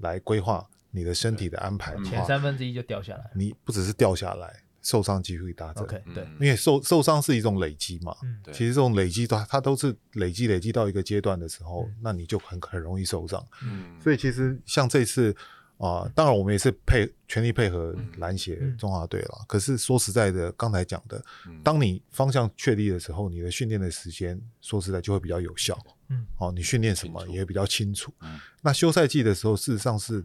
Speaker 3: 来规划你的身体的安排的
Speaker 1: 前
Speaker 3: 话，
Speaker 1: 三分之一就掉下来了。
Speaker 3: 你不只是掉下来，受伤机会大增。
Speaker 1: OK，对，
Speaker 3: 因为受受伤是一种累积嘛，
Speaker 1: 嗯
Speaker 2: 嗯对
Speaker 3: 其实这种累积它它都是累积累积到一个阶段的时
Speaker 1: 嗯
Speaker 3: 候，那你就很很容易受伤。
Speaker 2: 嗯
Speaker 3: 所
Speaker 2: 以
Speaker 3: 以其实像这次啊、当然我们也是配全力配合篮协、
Speaker 1: 嗯
Speaker 3: 中华队了。可是说实在的，刚才讲的，
Speaker 2: 嗯
Speaker 3: 当你方向确立的时候，你的训练的时间说实在就会比较有效。
Speaker 1: 嗯，
Speaker 3: 哦，你训练什么
Speaker 2: 清楚
Speaker 3: 也比较清楚。
Speaker 2: 嗯
Speaker 3: 那休赛季的时候，事实上是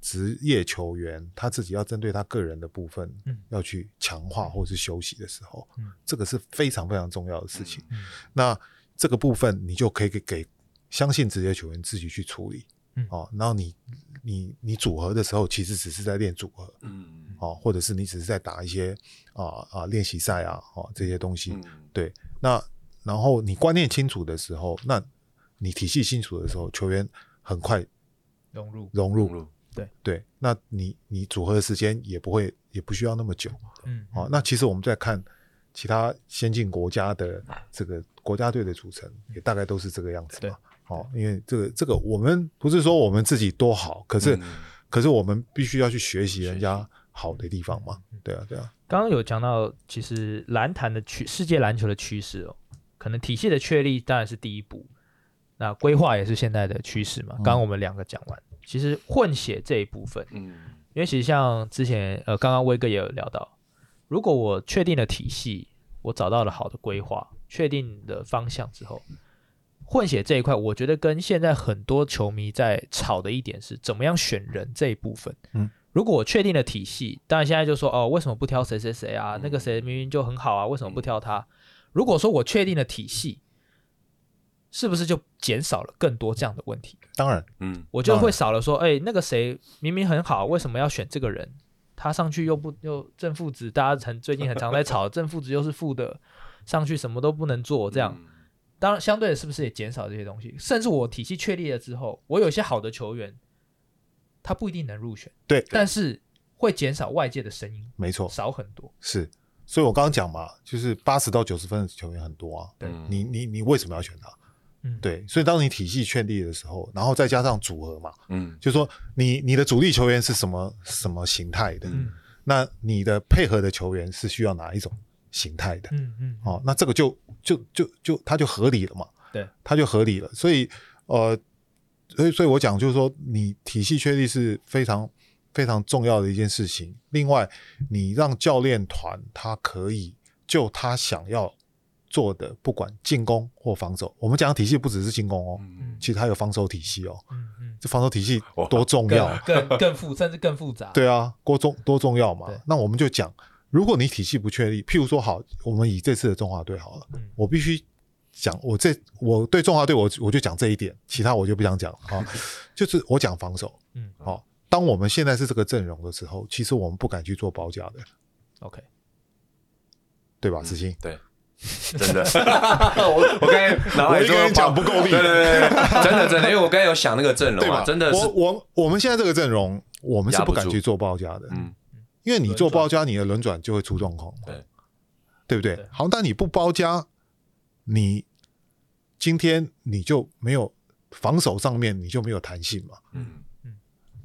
Speaker 3: 职业球员他自己要针对他个人的部分，
Speaker 1: 嗯
Speaker 3: 要去强化或是休息的时候，
Speaker 1: 嗯
Speaker 3: 这个是非常非常重要的事情。
Speaker 1: 嗯
Speaker 3: 那这个部分你就可以给给相信职业球员自己去处理。
Speaker 1: 嗯
Speaker 3: 哦，然后你你你组合的时候，其实只是在练组合。
Speaker 2: 嗯
Speaker 3: 哦，或者是你只是在打一些啊啊练习赛啊，哦这些东西，
Speaker 2: 嗯
Speaker 3: 对，那然后你观念清楚的时候，那你体系清楚的时候，球员很快
Speaker 1: 融入，
Speaker 3: 融入，
Speaker 2: 入
Speaker 3: 对，那你你组合的时间也不会也不需要那么久
Speaker 1: 嗯，
Speaker 3: 哦。那其实我们在看其他先进国家的这个国家队的组成，也大概都是这个样子
Speaker 1: 对
Speaker 3: 嘛。哦，因为这个这个我们不是说我们自己多好，可是、
Speaker 2: 嗯
Speaker 3: 可是我们必须要去学习人
Speaker 2: 学
Speaker 3: 家好的地方
Speaker 1: 嗯
Speaker 3: 嘛。对啊，对啊，
Speaker 1: 刚刚有讲到，其实篮坛的趋世界篮球的趋势哦，可能体系的确立当然是第一步，那规划也是现在的趋势嘛。
Speaker 3: 嗯
Speaker 1: 刚刚我们两个讲完，其实混血这一部分，
Speaker 2: 嗯
Speaker 1: 因为其实像之前呃，刚刚威哥也有聊到，如果我确定了体系，我找到了好的规划，确定的方向之后，混血这一块，我觉得跟现在很多球迷在吵的一点是，怎么样选人这一部分。
Speaker 3: 嗯，
Speaker 1: 如果我确定了体系，当然现在就说哦，为什么不挑谁谁谁啊？那个谁明明就很好啊，为什么不挑他？如果说我确定了体系，是不是就减少了更多这样的问题？
Speaker 3: 当然，
Speaker 2: 嗯，
Speaker 1: 我就
Speaker 3: 当
Speaker 1: 会
Speaker 3: 然
Speaker 1: 少了说，哎、那个谁明明很好，为什么要选这个人？他上去又不又正负值，大家很最近很常在 吵，正负值又是负的，上去什么都不能做，这
Speaker 3: 嗯
Speaker 1: 样。当然，相对的是不是也减少这些东西？甚至我体系确立了之后，我有一些好的球员，他不一定能入选，
Speaker 3: 对，
Speaker 1: 但是会减少外界的声音，
Speaker 3: 没错，
Speaker 1: 少很多。
Speaker 3: 是。所以我刚刚讲嘛，就是八十到九十分的球员很多啊，
Speaker 1: 对
Speaker 2: 嗯
Speaker 3: 你你你为什么要选他？
Speaker 1: 嗯，，
Speaker 3: 对，所以当你体系确立的时候，然后再加上组合嘛，
Speaker 2: 嗯
Speaker 3: 就说你你的主力球员是什么什么形态的，
Speaker 1: 嗯
Speaker 3: 那你的配合的球员是需要哪一种形态的？
Speaker 1: 嗯嗯，
Speaker 3: 哦，那这个就就就就它就合理了嘛，
Speaker 1: 对，
Speaker 3: 它就合理了。所以呃，所以所以我讲就是说，你体系确立是非常非常重要的一件事情。另外，你让教练团他可以就他想要做的，不管进攻或防守，我们讲体系不只是进攻哦，
Speaker 2: 嗯
Speaker 3: 其实它有防守体系哦，
Speaker 1: 嗯嗯，
Speaker 3: 这防守体系
Speaker 2: 哇
Speaker 3: 多重要啊，
Speaker 1: 更更更复，甚至更复杂。，
Speaker 3: 对啊，多重多重要嘛
Speaker 1: 对。
Speaker 3: 那我们就讲，如果你体系不确立，譬如说好，我们以这次的中华队好了，
Speaker 1: 嗯
Speaker 3: 我必须讲，我这我对中华队我我就讲这一点，其他我就不想讲啊。 就是我讲防守，
Speaker 1: 嗯
Speaker 3: 好、当我们现在是这个阵容的时候，其实我们不敢去做包夹的，
Speaker 1: ，OK，
Speaker 3: 对
Speaker 1: 嗯
Speaker 3: 吧？子欣，
Speaker 2: 对，真的，我我刚才脑海
Speaker 3: 我一个
Speaker 2: 中
Speaker 3: 人讲不够力
Speaker 2: 对对对，对 真的真的，因为我刚才有想那个阵
Speaker 3: 对
Speaker 2: 容
Speaker 3: 吧？
Speaker 2: 啊，真的是
Speaker 3: 我，我我们现在这个阵容，我们是
Speaker 2: 压不
Speaker 3: 不敢
Speaker 2: 住
Speaker 3: 去做包夹的，
Speaker 2: 嗯，
Speaker 3: 因为你做
Speaker 1: 轮转
Speaker 3: 包夹，你的轮转就会出状况，
Speaker 2: 对，
Speaker 3: 对不对
Speaker 1: 对？
Speaker 3: 好，但你不包夹，你今天你就没有防守上面你就没有弹性嘛，
Speaker 2: 嗯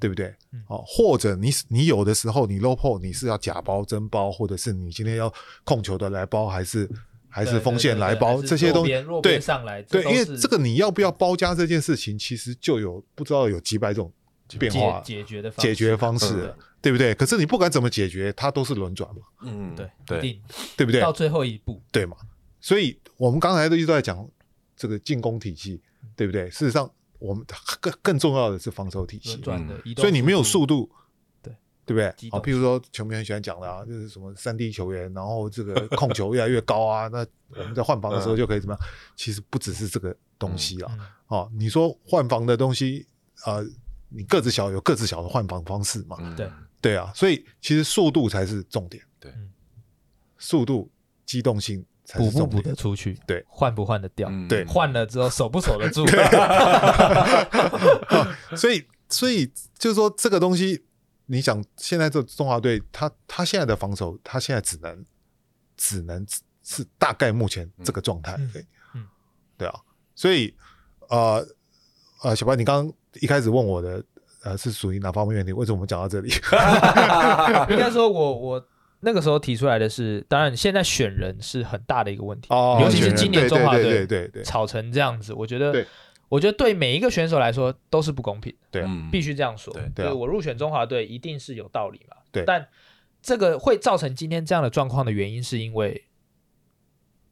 Speaker 3: 对不对
Speaker 1: 嗯？
Speaker 3: 哦，或者你你有的时候你 low p o 你是要假包真包，或者是你今天要控球的来包，还是还是锋线来包
Speaker 1: 对对对
Speaker 3: 这些东
Speaker 1: 还
Speaker 3: 西
Speaker 1: 是弱边弱，边
Speaker 3: 对
Speaker 1: 上来，
Speaker 3: 对，
Speaker 1: 都
Speaker 3: 因为
Speaker 1: 是
Speaker 3: 这个你要不要包夹这件事情，其实就有不知道有几百种变
Speaker 1: 解
Speaker 3: 化
Speaker 1: 解决的方
Speaker 3: 解决
Speaker 1: 式啊
Speaker 3: 方式了，对不对？可是你不管怎么解决，它都是轮转嘛，
Speaker 2: 嗯，
Speaker 1: 对一
Speaker 2: 对，
Speaker 1: 定
Speaker 3: 对不对？
Speaker 1: 到最后一步，
Speaker 3: 对嘛？所以我们刚才都一直在讲这个进攻体系，对不对？事实上，我们更更重要的是防守体系
Speaker 1: 轮，转的
Speaker 2: 嗯
Speaker 1: 移动，
Speaker 3: 所以你没有速
Speaker 1: 度，
Speaker 3: 度，
Speaker 1: 对
Speaker 3: 对不对啊
Speaker 1: 机？动
Speaker 3: 好，譬如说球迷很喜欢讲的啊，就是什么三 D 球员，然后这个控球越来越高啊， 那我们在换防的时候就可以怎么样？其实不只是这个东西啊，
Speaker 1: 嗯
Speaker 3: 哦，你说换防的东西，呃，你个子小有个子小的换防方式嘛，
Speaker 2: 嗯
Speaker 1: 对
Speaker 3: 对啊，所以其实速度才是重点，
Speaker 2: 对
Speaker 1: 嗯
Speaker 3: 速度、机动性才
Speaker 1: 补
Speaker 3: 是
Speaker 1: 不
Speaker 3: 重
Speaker 1: 补
Speaker 3: 点。
Speaker 1: 得出去，
Speaker 3: 对
Speaker 1: 换不换得掉，
Speaker 2: 嗯
Speaker 3: 对
Speaker 1: 换了之后守不守得住，啊
Speaker 3: 所以，所以就是说这个东西，你想现在这中华队，他他现在的防守，他现在只能只能是大概目前这个状态，
Speaker 1: 嗯
Speaker 3: 对，
Speaker 1: 嗯
Speaker 3: 对啊，所以呃呃，小白，你刚刚一开始问我的呃是属于哪方面问题？为什么我们讲到这里？
Speaker 1: 应该说我我。那个时候提出来的是，当然现在选人是很大的一个问题，
Speaker 3: 哦
Speaker 1: 尤其是今年中华
Speaker 3: 对对
Speaker 1: 队
Speaker 3: 对对对
Speaker 1: 吵成这样子，我觉得
Speaker 3: 对，
Speaker 1: 我觉得对每一个选手来说都是不公平的。
Speaker 3: 对啊，
Speaker 1: 必须这样说，
Speaker 2: 嗯对
Speaker 1: 就
Speaker 3: 对啊
Speaker 1: 是我入选中华队一定是有道理嘛。
Speaker 3: 对
Speaker 1: 但这个会造成今天这样的状况的原因，是因为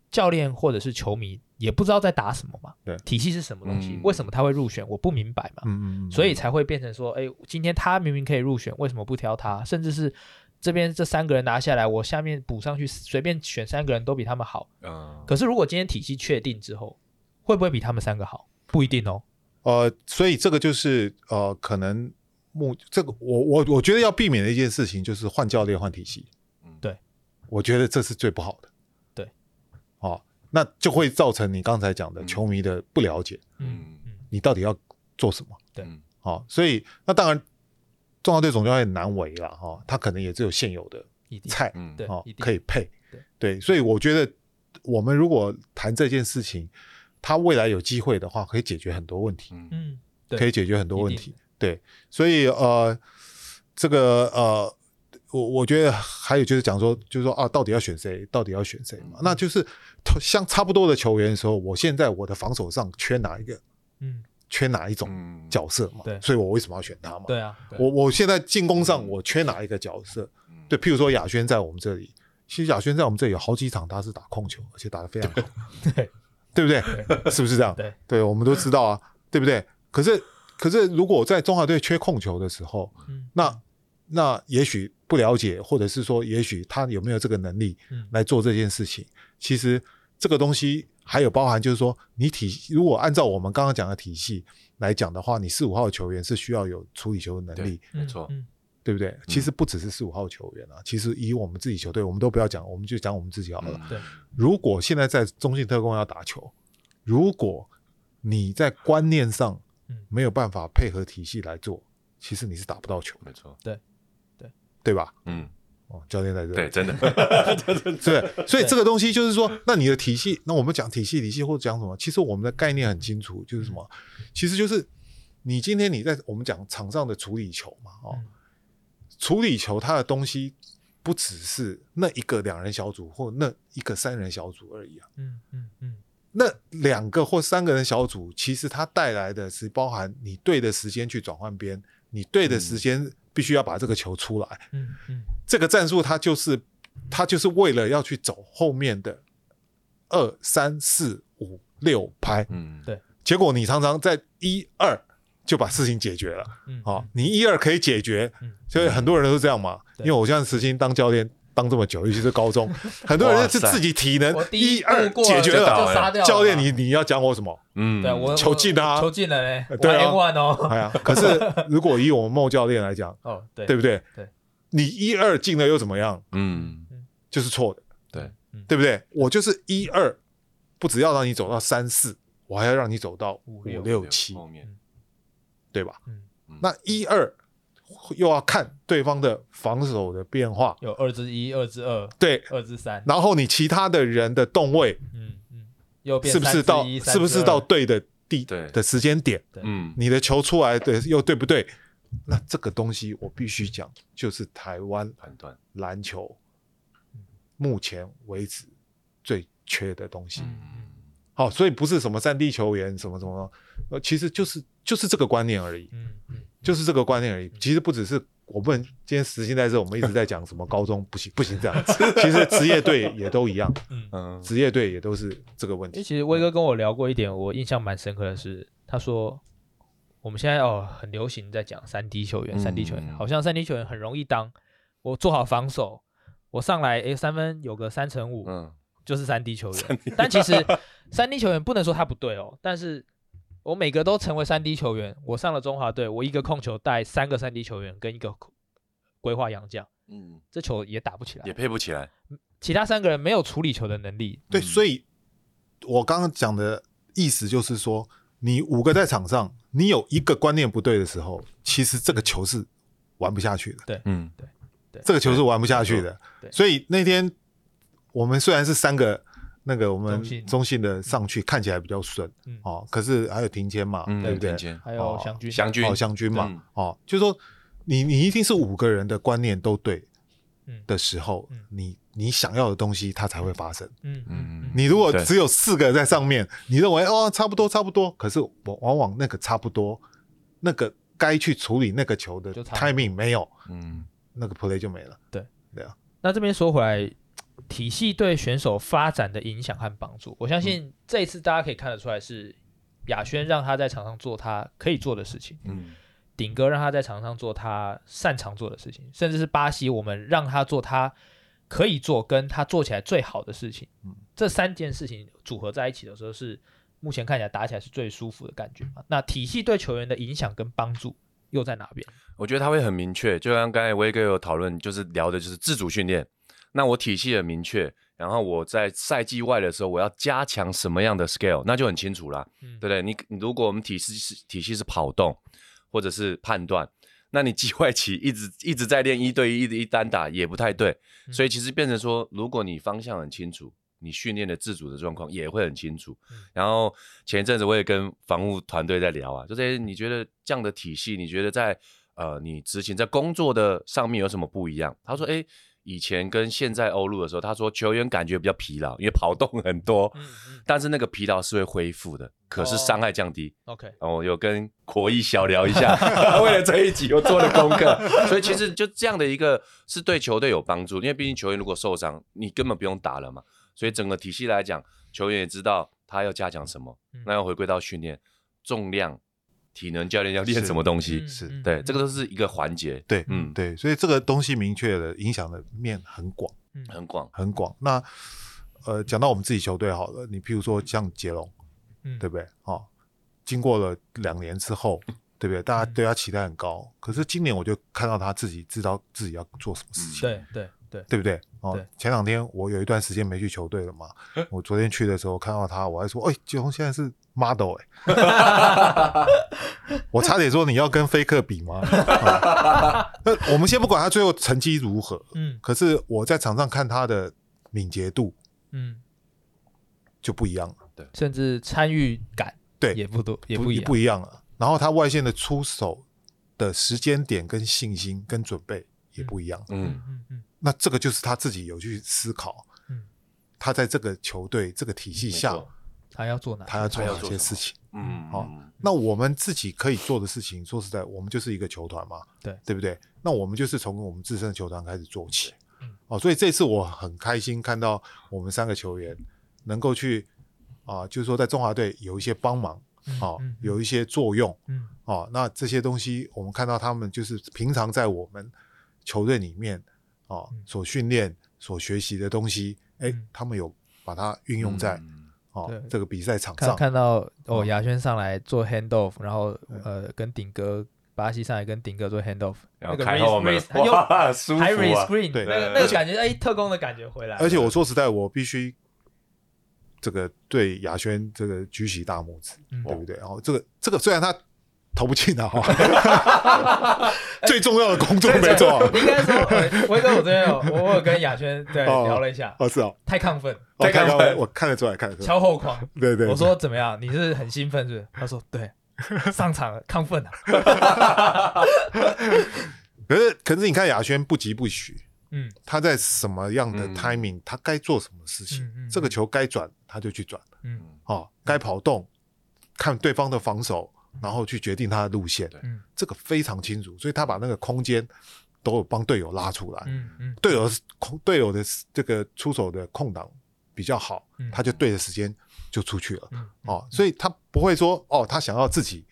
Speaker 1: 教练或者是球迷也不知道在打什么嘛，
Speaker 3: 对
Speaker 1: 体系是什么东西，
Speaker 2: 嗯
Speaker 1: 为什么他会入选，我不明白嘛，
Speaker 3: 嗯嗯嗯，
Speaker 1: 所以才会变成说，哎，今天他明明可以入选，为什么不挑他？甚至是这边这三个人拿下来，我下面补上去，随便选三个人都比他们好。
Speaker 2: 嗯，
Speaker 1: 可是如果今天体系确定之后，会不会比他们三个好？不一定哦。
Speaker 3: 呃，所以这个就是呃，可能目这个我我我觉得要避免的一件事情就是换教练换体系
Speaker 2: 嗯，
Speaker 1: 对，
Speaker 3: 我觉得这是最不好的，
Speaker 1: 对，
Speaker 3: 哦，那就会造成你刚才讲的
Speaker 2: 嗯
Speaker 3: 球迷的不了解，
Speaker 1: 嗯
Speaker 2: 嗯
Speaker 1: 嗯，
Speaker 3: 你到底要做什么，
Speaker 1: 对
Speaker 2: 嗯
Speaker 3: 哦，所以那当然中华队总教练很难为了哈、哦，他可能也只有现有的
Speaker 1: 一定
Speaker 3: 菜，
Speaker 2: 嗯，
Speaker 1: 对
Speaker 3: 哦
Speaker 1: 一，定
Speaker 3: 可以配
Speaker 1: 对，
Speaker 3: 对，所以我觉得我们如果谈这件事情，他未来有机会的话，可以解决很多问题。
Speaker 2: 嗯
Speaker 1: 嗯，对
Speaker 3: 可以解决很多问
Speaker 1: 一定
Speaker 3: 题。对，所以呃，这个呃，我我觉得还有就是讲说，就是说啊，到底要选谁？到底要选谁
Speaker 1: 嗯
Speaker 3: 嘛？那就是同像差不多的球员的时候，我现在我的防守上缺哪一个，
Speaker 1: 嗯，
Speaker 3: 缺哪一种
Speaker 2: 嗯，
Speaker 3: 角色嘛？
Speaker 1: 对
Speaker 3: 所以我为什么要选他嘛？
Speaker 1: 对啊，
Speaker 2: 对
Speaker 3: 我我现在进攻上
Speaker 2: 嗯
Speaker 3: 我缺哪一个角色？
Speaker 2: 嗯
Speaker 3: 对，譬如说亚轩在我们这里，其实亚轩在我们这里有好几场他是打控球，而且打得非常好，
Speaker 1: 对
Speaker 3: 对不对？是不是这样？
Speaker 1: 对，
Speaker 3: 我们都知道啊，对不对？可是可是如果在中华队缺控球的时候，
Speaker 1: 嗯，
Speaker 3: 那那也许不了解，或者是说，也许他有没有这个能力
Speaker 1: 嗯
Speaker 3: 来做这件事情？其实这个东西还有包含，就是说，你体如果按照我们刚刚讲的体系来讲的话，你四五号球员是需要有处理球的能力，
Speaker 2: 没错
Speaker 1: 嗯
Speaker 3: 对不对？其实不只是四五号球员啊，其实以我们自己球队，我们都不要讲，我们就讲我们自己好了。
Speaker 2: 嗯
Speaker 1: 对
Speaker 3: 如果现在在中信特工要打球，如果你在观念上
Speaker 1: 嗯
Speaker 3: 没有办法配合体系来做，其实你是打不到球的，
Speaker 2: 没错，
Speaker 3: 对吧？
Speaker 2: 嗯，
Speaker 3: 哦，教练在这，
Speaker 2: 对，真的，
Speaker 3: 对，所以这个东西就是说，那你的体系，那我们讲体系，体系或者讲什么，其实我们的概念很清楚，就是什么，
Speaker 1: 嗯
Speaker 3: 其实就是你今天你在我们讲场上的处理球嘛，哦，
Speaker 1: 嗯
Speaker 3: 处理球它的东西不只是那一个两人小组或那一个三人小组而已啊。
Speaker 1: 嗯嗯嗯
Speaker 3: 那两个或三个人小组，其实它带来的是包含你对的时间去转换边，你对的时间必须要把这个球出来。
Speaker 1: 嗯嗯
Speaker 3: 这个战术它就是它就是为了要去走后面的二三四五六拍，
Speaker 2: 嗯，
Speaker 1: 对
Speaker 3: 结果你常常在一二就把事情解决了。
Speaker 1: 嗯，
Speaker 3: 哦，你一二可以解决
Speaker 1: 嗯，
Speaker 3: 所以很多人都这样嘛。
Speaker 1: 对
Speaker 3: 因为我像时兴当教练当这么久，尤其是 高中，很多人是
Speaker 2: 哇塞
Speaker 3: 自己体能
Speaker 1: 我第一
Speaker 3: 哎一二
Speaker 1: 步过
Speaker 3: 解决
Speaker 2: 就打
Speaker 3: 了
Speaker 2: 完。
Speaker 1: 杀掉了
Speaker 3: 教练，你你要讲我什么？
Speaker 2: 嗯，
Speaker 1: 对我
Speaker 3: 球进啊
Speaker 1: 我球进了嘞，
Speaker 3: 对啊
Speaker 1: N one 哦，
Speaker 3: 哎呀，可是如果以我们孟教练来讲，
Speaker 1: 哦对
Speaker 3: 对不对？
Speaker 1: 对，
Speaker 3: 你一二进了又怎么样？
Speaker 2: 嗯，
Speaker 3: 就是错的，
Speaker 2: 对
Speaker 1: 嗯
Speaker 3: 对不对？我就是一二，不只要让你走到三四，我还要让你走到五
Speaker 1: 六
Speaker 3: 六七，
Speaker 2: 后面，
Speaker 3: 对吧？
Speaker 1: 嗯
Speaker 3: 那一二又要看对方的防守的变化，
Speaker 1: 有二之一、二之二、
Speaker 3: 对，
Speaker 1: 二之三，
Speaker 3: 然后你其他的人的动位
Speaker 1: 嗯嗯，又变
Speaker 3: 是不是到
Speaker 1: 3之一
Speaker 3: 是不是到？对的地
Speaker 2: 对
Speaker 3: 的时间点，
Speaker 2: 嗯，
Speaker 3: 你的球出来的又对不对？那这个东西我必须讲，就是台湾
Speaker 2: 判断，
Speaker 3: 篮球目前为止最缺的东西。
Speaker 2: 嗯，
Speaker 3: 好、所以不是什么三 D 球员什么什么，呃，其实就是就是这个观念而已，
Speaker 1: 3之二嗯嗯
Speaker 3: 就是这个观念而已。其实不只是我不能今天实行在这，我们一直在讲什么高中不行不行这样子，其实职业队也都一样，
Speaker 1: 嗯嗯，
Speaker 2: 嗯，
Speaker 3: 职业队也都是这个问
Speaker 1: 因为
Speaker 3: 题。
Speaker 1: 其实威哥跟我聊过一点，我印象蛮深刻的是，他说我们现在哦很流行在讲三 D 球员，三 D 球员
Speaker 2: 嗯
Speaker 1: 好像三 D 球员很容易当，我做好防守，我上来诶三分有个三乘五，
Speaker 2: 嗯，
Speaker 1: 就是三 D 球员。但其实三 D 球员不能说他不对哦，但是我每个都成为三 D 球员，我上了中华队，我一个控球带三个三 D 球员跟一个规划洋将，
Speaker 2: 嗯，
Speaker 1: 这球也打不起
Speaker 2: 也
Speaker 1: 来。
Speaker 2: 配不起来，
Speaker 1: 其他三个人没有处理球的能力，
Speaker 3: 对，
Speaker 2: 嗯
Speaker 3: 所以我刚刚讲的意思就是说，你五个在场上，你有一个观念不对的时候，其实这个球是玩不下去的。
Speaker 2: 嗯，
Speaker 3: 这个球是玩不下去的
Speaker 1: 对。
Speaker 3: 所以那天我们虽然是三个那个我们
Speaker 1: 中信
Speaker 3: 中信的上去看起来比较顺
Speaker 1: 嗯
Speaker 3: 哦，可是还有庭坚嘛，
Speaker 2: 嗯，
Speaker 3: 对不对？
Speaker 1: 还有祥军，
Speaker 2: 祥军，
Speaker 3: 哦，湘军
Speaker 2: 嗯
Speaker 3: 嘛，哦，就是说你你一定是五个人的观念都对
Speaker 1: 嗯
Speaker 3: 的时候
Speaker 1: 嗯，
Speaker 3: 你你想要的东西它才会发生。
Speaker 1: 嗯嗯
Speaker 2: 嗯
Speaker 1: 嗯，
Speaker 3: 你如果
Speaker 2: 对
Speaker 3: 只有四个在上面，你认为哦差不多差不多，可是往往往那个差不多，那个该去处理那个球的
Speaker 1: 就差不多
Speaker 3: timing 没有，
Speaker 2: 嗯，
Speaker 3: 那个 play 就没了。
Speaker 1: 那这边说回来，体系对选手发展的影响和帮助，我相信这一次大家可以看得出来是亚轩让他在场上做他可以做的事情，
Speaker 2: 嗯，
Speaker 1: 顶哥让他在场上做他擅长做的事情，甚至是巴西我们让他做他可以做跟他做起来最好的事情。
Speaker 3: 嗯
Speaker 1: 这三件事情组合在一起的时候是。目前看起来打起来是最舒服的感觉嘛？那体系对球员的影响跟帮助又在哪边？
Speaker 2: 我觉得他会很明确，就像刚才威哥有讨论，就是聊的就是自主训练。那我体系很明确，然后我在赛季外的时候，我要加强什么样的 scale，那就很清楚啦，
Speaker 1: 嗯
Speaker 2: 对不对？你你如果我们体系是体系是跑动或者是判断，那你季外棋一直一直在练一对一、一直一单打也不太对，
Speaker 1: 嗯
Speaker 2: 所以其实变成说，如果你方向很清楚，你训练的自主的状况也会很清楚。
Speaker 1: 嗯
Speaker 2: 然后前一阵子我也跟防护团队在聊啊，就是诶你觉得这样的体系，你觉得在呃你执行在工作的上面有什么不一样？他说，诶，以前跟现在欧陆的时候，他说球员感觉比较疲劳，因为跑动很多，
Speaker 1: 嗯嗯
Speaker 2: 但是那个疲劳是会恢复的，可是
Speaker 1: 哦
Speaker 2: 伤害降低。
Speaker 1: ，OK，
Speaker 2: 然后我有跟国义小聊 一下， 他为了这一集我做了功课，所以其实就这样的一个是对球队有帮助，因为毕竟球员如果受伤，你根本不用打了嘛。所以整个体系来讲，球员也知道他要加强什么
Speaker 1: 嗯，
Speaker 2: 那要回归到训练重量、体能教练要练
Speaker 3: 是
Speaker 2: 什么东西
Speaker 1: 嗯，
Speaker 3: 是
Speaker 1: 嗯
Speaker 2: 对，这个都是一个环节，
Speaker 3: 对，
Speaker 2: 嗯
Speaker 3: 嗯，对，所以这个东西明确的影响的面很广
Speaker 1: 嗯
Speaker 2: 很广，
Speaker 3: 很广。那呃，讲到我们自己球队好了，你譬如说像杰龙，
Speaker 1: 嗯
Speaker 3: 对不对？哦，经过了两年之后，对不对？
Speaker 1: 嗯
Speaker 3: 大家对他期待很高，可是今年我就看到他自己知道自己要做什么事情，
Speaker 1: 对对对，
Speaker 3: 对不对？哦
Speaker 1: 对，嗯
Speaker 3: 前两天我有一段时间没去球队了嘛，我昨天去的时候看到他，我还说，哎、杰龙现在是 model 哎、 我差点说你要跟菲克比吗？ 啊那、我们先不管他最后成绩如何，
Speaker 1: 嗯
Speaker 3: 可是我在场上看他的敏捷度
Speaker 1: 嗯，
Speaker 3: 就不一样了，
Speaker 1: 甚至参与感
Speaker 3: 对
Speaker 1: 也不多，也
Speaker 3: 不
Speaker 1: 不一
Speaker 3: 也
Speaker 1: 样，
Speaker 3: 不一样了。然后他外线的出手的时间点、跟信心、跟准备也不一样。
Speaker 1: 嗯，
Speaker 2: 嗯
Speaker 1: 嗯嗯
Speaker 3: 那这个就是他自己有去思考，
Speaker 1: 嗯
Speaker 3: 他在这个球队、这个体系
Speaker 2: 没
Speaker 3: 下
Speaker 2: 错，
Speaker 1: 他要做哪些？
Speaker 3: 他要做
Speaker 2: 他要
Speaker 3: 哪
Speaker 2: 做
Speaker 3: 些
Speaker 2: 什么
Speaker 3: 事情。
Speaker 2: 嗯，
Speaker 3: 好
Speaker 2: 嗯
Speaker 3: 那我们自己可以做的事情，说实在，我们就是一个球团嘛，
Speaker 1: 对
Speaker 3: 对不对？那我们就是从我们自身的球团开始做起
Speaker 1: 嗯。
Speaker 3: 哦，所以这次我很开心看到我们三个球员能够去啊、就是说在中华队有一些帮忙，
Speaker 1: 嗯
Speaker 3: 哦
Speaker 1: 嗯，
Speaker 3: 有一些作用，
Speaker 1: 嗯
Speaker 3: 哦，那这些东西我们看到他们就是平常在我们球队里面哦
Speaker 1: 嗯
Speaker 3: 所训练、所学习的东西，哎
Speaker 1: 嗯，
Speaker 3: 他们有把它运用在
Speaker 2: 嗯
Speaker 3: 哦
Speaker 1: 对
Speaker 3: 这个比赛场
Speaker 1: 看
Speaker 3: 上，
Speaker 1: 看到哦，
Speaker 3: 嗯
Speaker 1: 亚轩上来做 hand off，然后呃跟顶哥巴西上来跟顶哥做 hand off，
Speaker 2: 然
Speaker 1: 那
Speaker 2: 后
Speaker 1: 个
Speaker 2: 开
Speaker 1: raise-
Speaker 2: 后门
Speaker 1: raise- 他，又
Speaker 2: 哇，舒服
Speaker 1: 还 re
Speaker 2: 啊，
Speaker 1: screen，
Speaker 3: 对
Speaker 1: 那个
Speaker 2: 对
Speaker 1: 那个
Speaker 2: 而且
Speaker 1: 感觉哎，特工的感觉回来了，
Speaker 3: 而且我说实在，我必须这个对亚轩这个举起大拇指，
Speaker 1: 嗯
Speaker 3: 对不对？然、后这个这个虽然他投不进啊，哈最重要的工作 没做好
Speaker 1: 应该说，呃威哥，我这边有，我我有跟亚轩对
Speaker 3: 哦
Speaker 1: 聊了一下，
Speaker 3: 哦，是哦，
Speaker 1: 太亢奋，
Speaker 3: 哦
Speaker 2: 再看
Speaker 3: 看
Speaker 2: 看
Speaker 3: 我看得出来，看得出来，
Speaker 1: 敲后框。
Speaker 3: 对对，
Speaker 1: 我说怎么样？你是很兴奋是不是？他说 对，上场了，亢奋啊。
Speaker 3: 可是可是你看亚轩不疾不徐，
Speaker 1: 嗯
Speaker 3: 他在什么样的
Speaker 2: 嗯
Speaker 3: timing，、他该做什么事情，
Speaker 1: 嗯嗯
Speaker 3: 这个球该转他就去转，
Speaker 1: 嗯
Speaker 3: 哦，该跑动，看对方的防守，然后去决定他的路线，
Speaker 1: 嗯
Speaker 3: 这个非常清楚，所以他把那个空间都有帮队友拉出来，
Speaker 1: 嗯嗯
Speaker 3: 队友是空队友的这个出手的空档比较好，
Speaker 1: 嗯
Speaker 3: 他就对的时间就出去了，
Speaker 1: 嗯，
Speaker 3: 哦，所以他不会说哦，他想要自己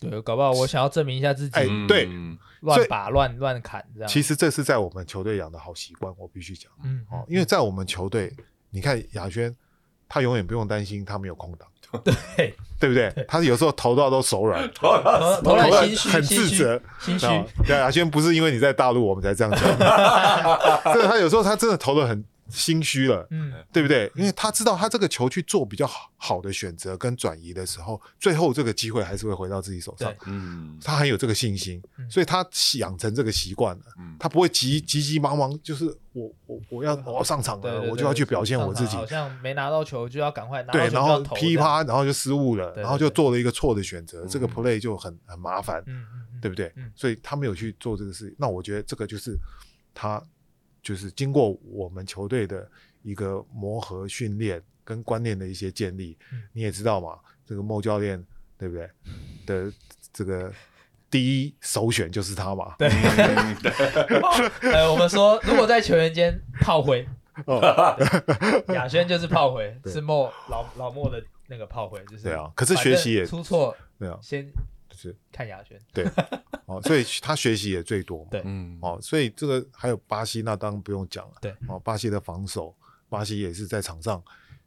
Speaker 1: 对，搞不好我想要证明一下自己，
Speaker 2: 嗯
Speaker 3: 对
Speaker 2: 嗯
Speaker 1: 乱把乱乱砍这样。
Speaker 3: 哎其实这是在我们球队养的好习惯，我必须讲
Speaker 1: 嗯，
Speaker 3: 哦，因为在我们球队，你看亚轩，他永远不用担心他没有空 档，
Speaker 1: 对，
Speaker 3: 对不对？他有时候投到都手软，
Speaker 1: 投投篮心虚，
Speaker 3: 哦很
Speaker 1: 心
Speaker 3: 自
Speaker 1: 虚
Speaker 3: 责，
Speaker 1: 心虚
Speaker 3: 然。后对亚轩不是因为你在大陆我们才这样讲， 这他有时候他真的投的很心虚了。
Speaker 1: 嗯
Speaker 3: 对不对？因为他知道他这个球去做比较好好的选择跟转移的时候，最后这个机会还是会回到自己手上
Speaker 1: 对。
Speaker 2: 嗯
Speaker 3: 他很有这个信心，
Speaker 1: 嗯
Speaker 3: 所以他养成这个习惯了。
Speaker 2: 嗯
Speaker 3: 他不会急急急忙忙，就是我我我要我要上场
Speaker 1: 对
Speaker 3: 了，
Speaker 1: 对
Speaker 3: 我
Speaker 1: 对
Speaker 3: 就要去表现我自己
Speaker 1: 上场好。像没拿到球就要赶快拿到
Speaker 3: 对，
Speaker 1: 球就
Speaker 3: 然
Speaker 1: 要
Speaker 3: 后
Speaker 1: 投
Speaker 3: 噼，啪，然后就失误了，
Speaker 1: 对对
Speaker 3: 然后就做了一个错的选择，
Speaker 2: 嗯
Speaker 3: 这个 play 就很很麻烦
Speaker 1: 这，样嗯嗯嗯，
Speaker 3: 对不对
Speaker 1: 嗯？
Speaker 3: 所以他没有去做这个事。那我觉得这个就是他就是经过我们球队的一个磨合、训练跟观念的一些建立
Speaker 1: 嗯。
Speaker 3: 你也知道嘛，这个莫教练对不对的这个第一首选就是他嘛。
Speaker 1: 对， 呃，我们说，如果在球员间炮灰，
Speaker 3: 哦，
Speaker 1: 亚轩就是炮灰，
Speaker 3: 对
Speaker 1: 是莫老老莫的那个炮灰，就是
Speaker 3: 对啊可是学习也
Speaker 1: 反正出错，
Speaker 3: 对啊，
Speaker 1: 先
Speaker 3: 是
Speaker 1: 看亚轩，
Speaker 3: 对，哦，所以他学习也最多嘛。
Speaker 1: 对
Speaker 2: 嗯
Speaker 3: 哦，所以这个还有巴西，那当然不用讲了。
Speaker 1: 对，
Speaker 3: 哦，巴西的防守，巴西也是在场上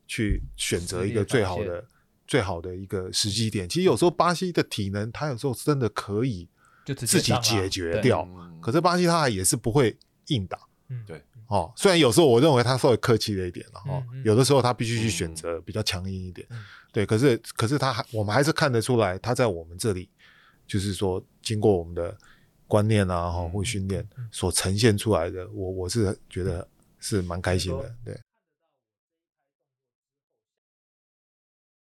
Speaker 3: 去选择一个最好
Speaker 1: 实力的
Speaker 3: 的、最好的一个时机点。其实有时候巴西的体能，他有时候真的可以
Speaker 1: 就直接
Speaker 3: 自己
Speaker 1: 上啊
Speaker 3: 解决
Speaker 1: 对
Speaker 3: 掉，
Speaker 2: 嗯
Speaker 3: 可是巴西他也是不会硬打。
Speaker 1: 嗯
Speaker 2: 对
Speaker 3: 哦，虽然有时候我认为他稍微客气了一点了哦，
Speaker 1: 嗯嗯
Speaker 3: 有的时候他必须去选择比较强硬一点，
Speaker 1: 嗯
Speaker 3: 对，可是可是他还我们还是看得出来他在我们这里，就是说经过我们的观念啊，哈、
Speaker 2: 嗯
Speaker 3: 或训练
Speaker 1: 嗯嗯
Speaker 3: 所呈现出来的，我我是觉得是蛮开心
Speaker 1: 没
Speaker 3: 的，对，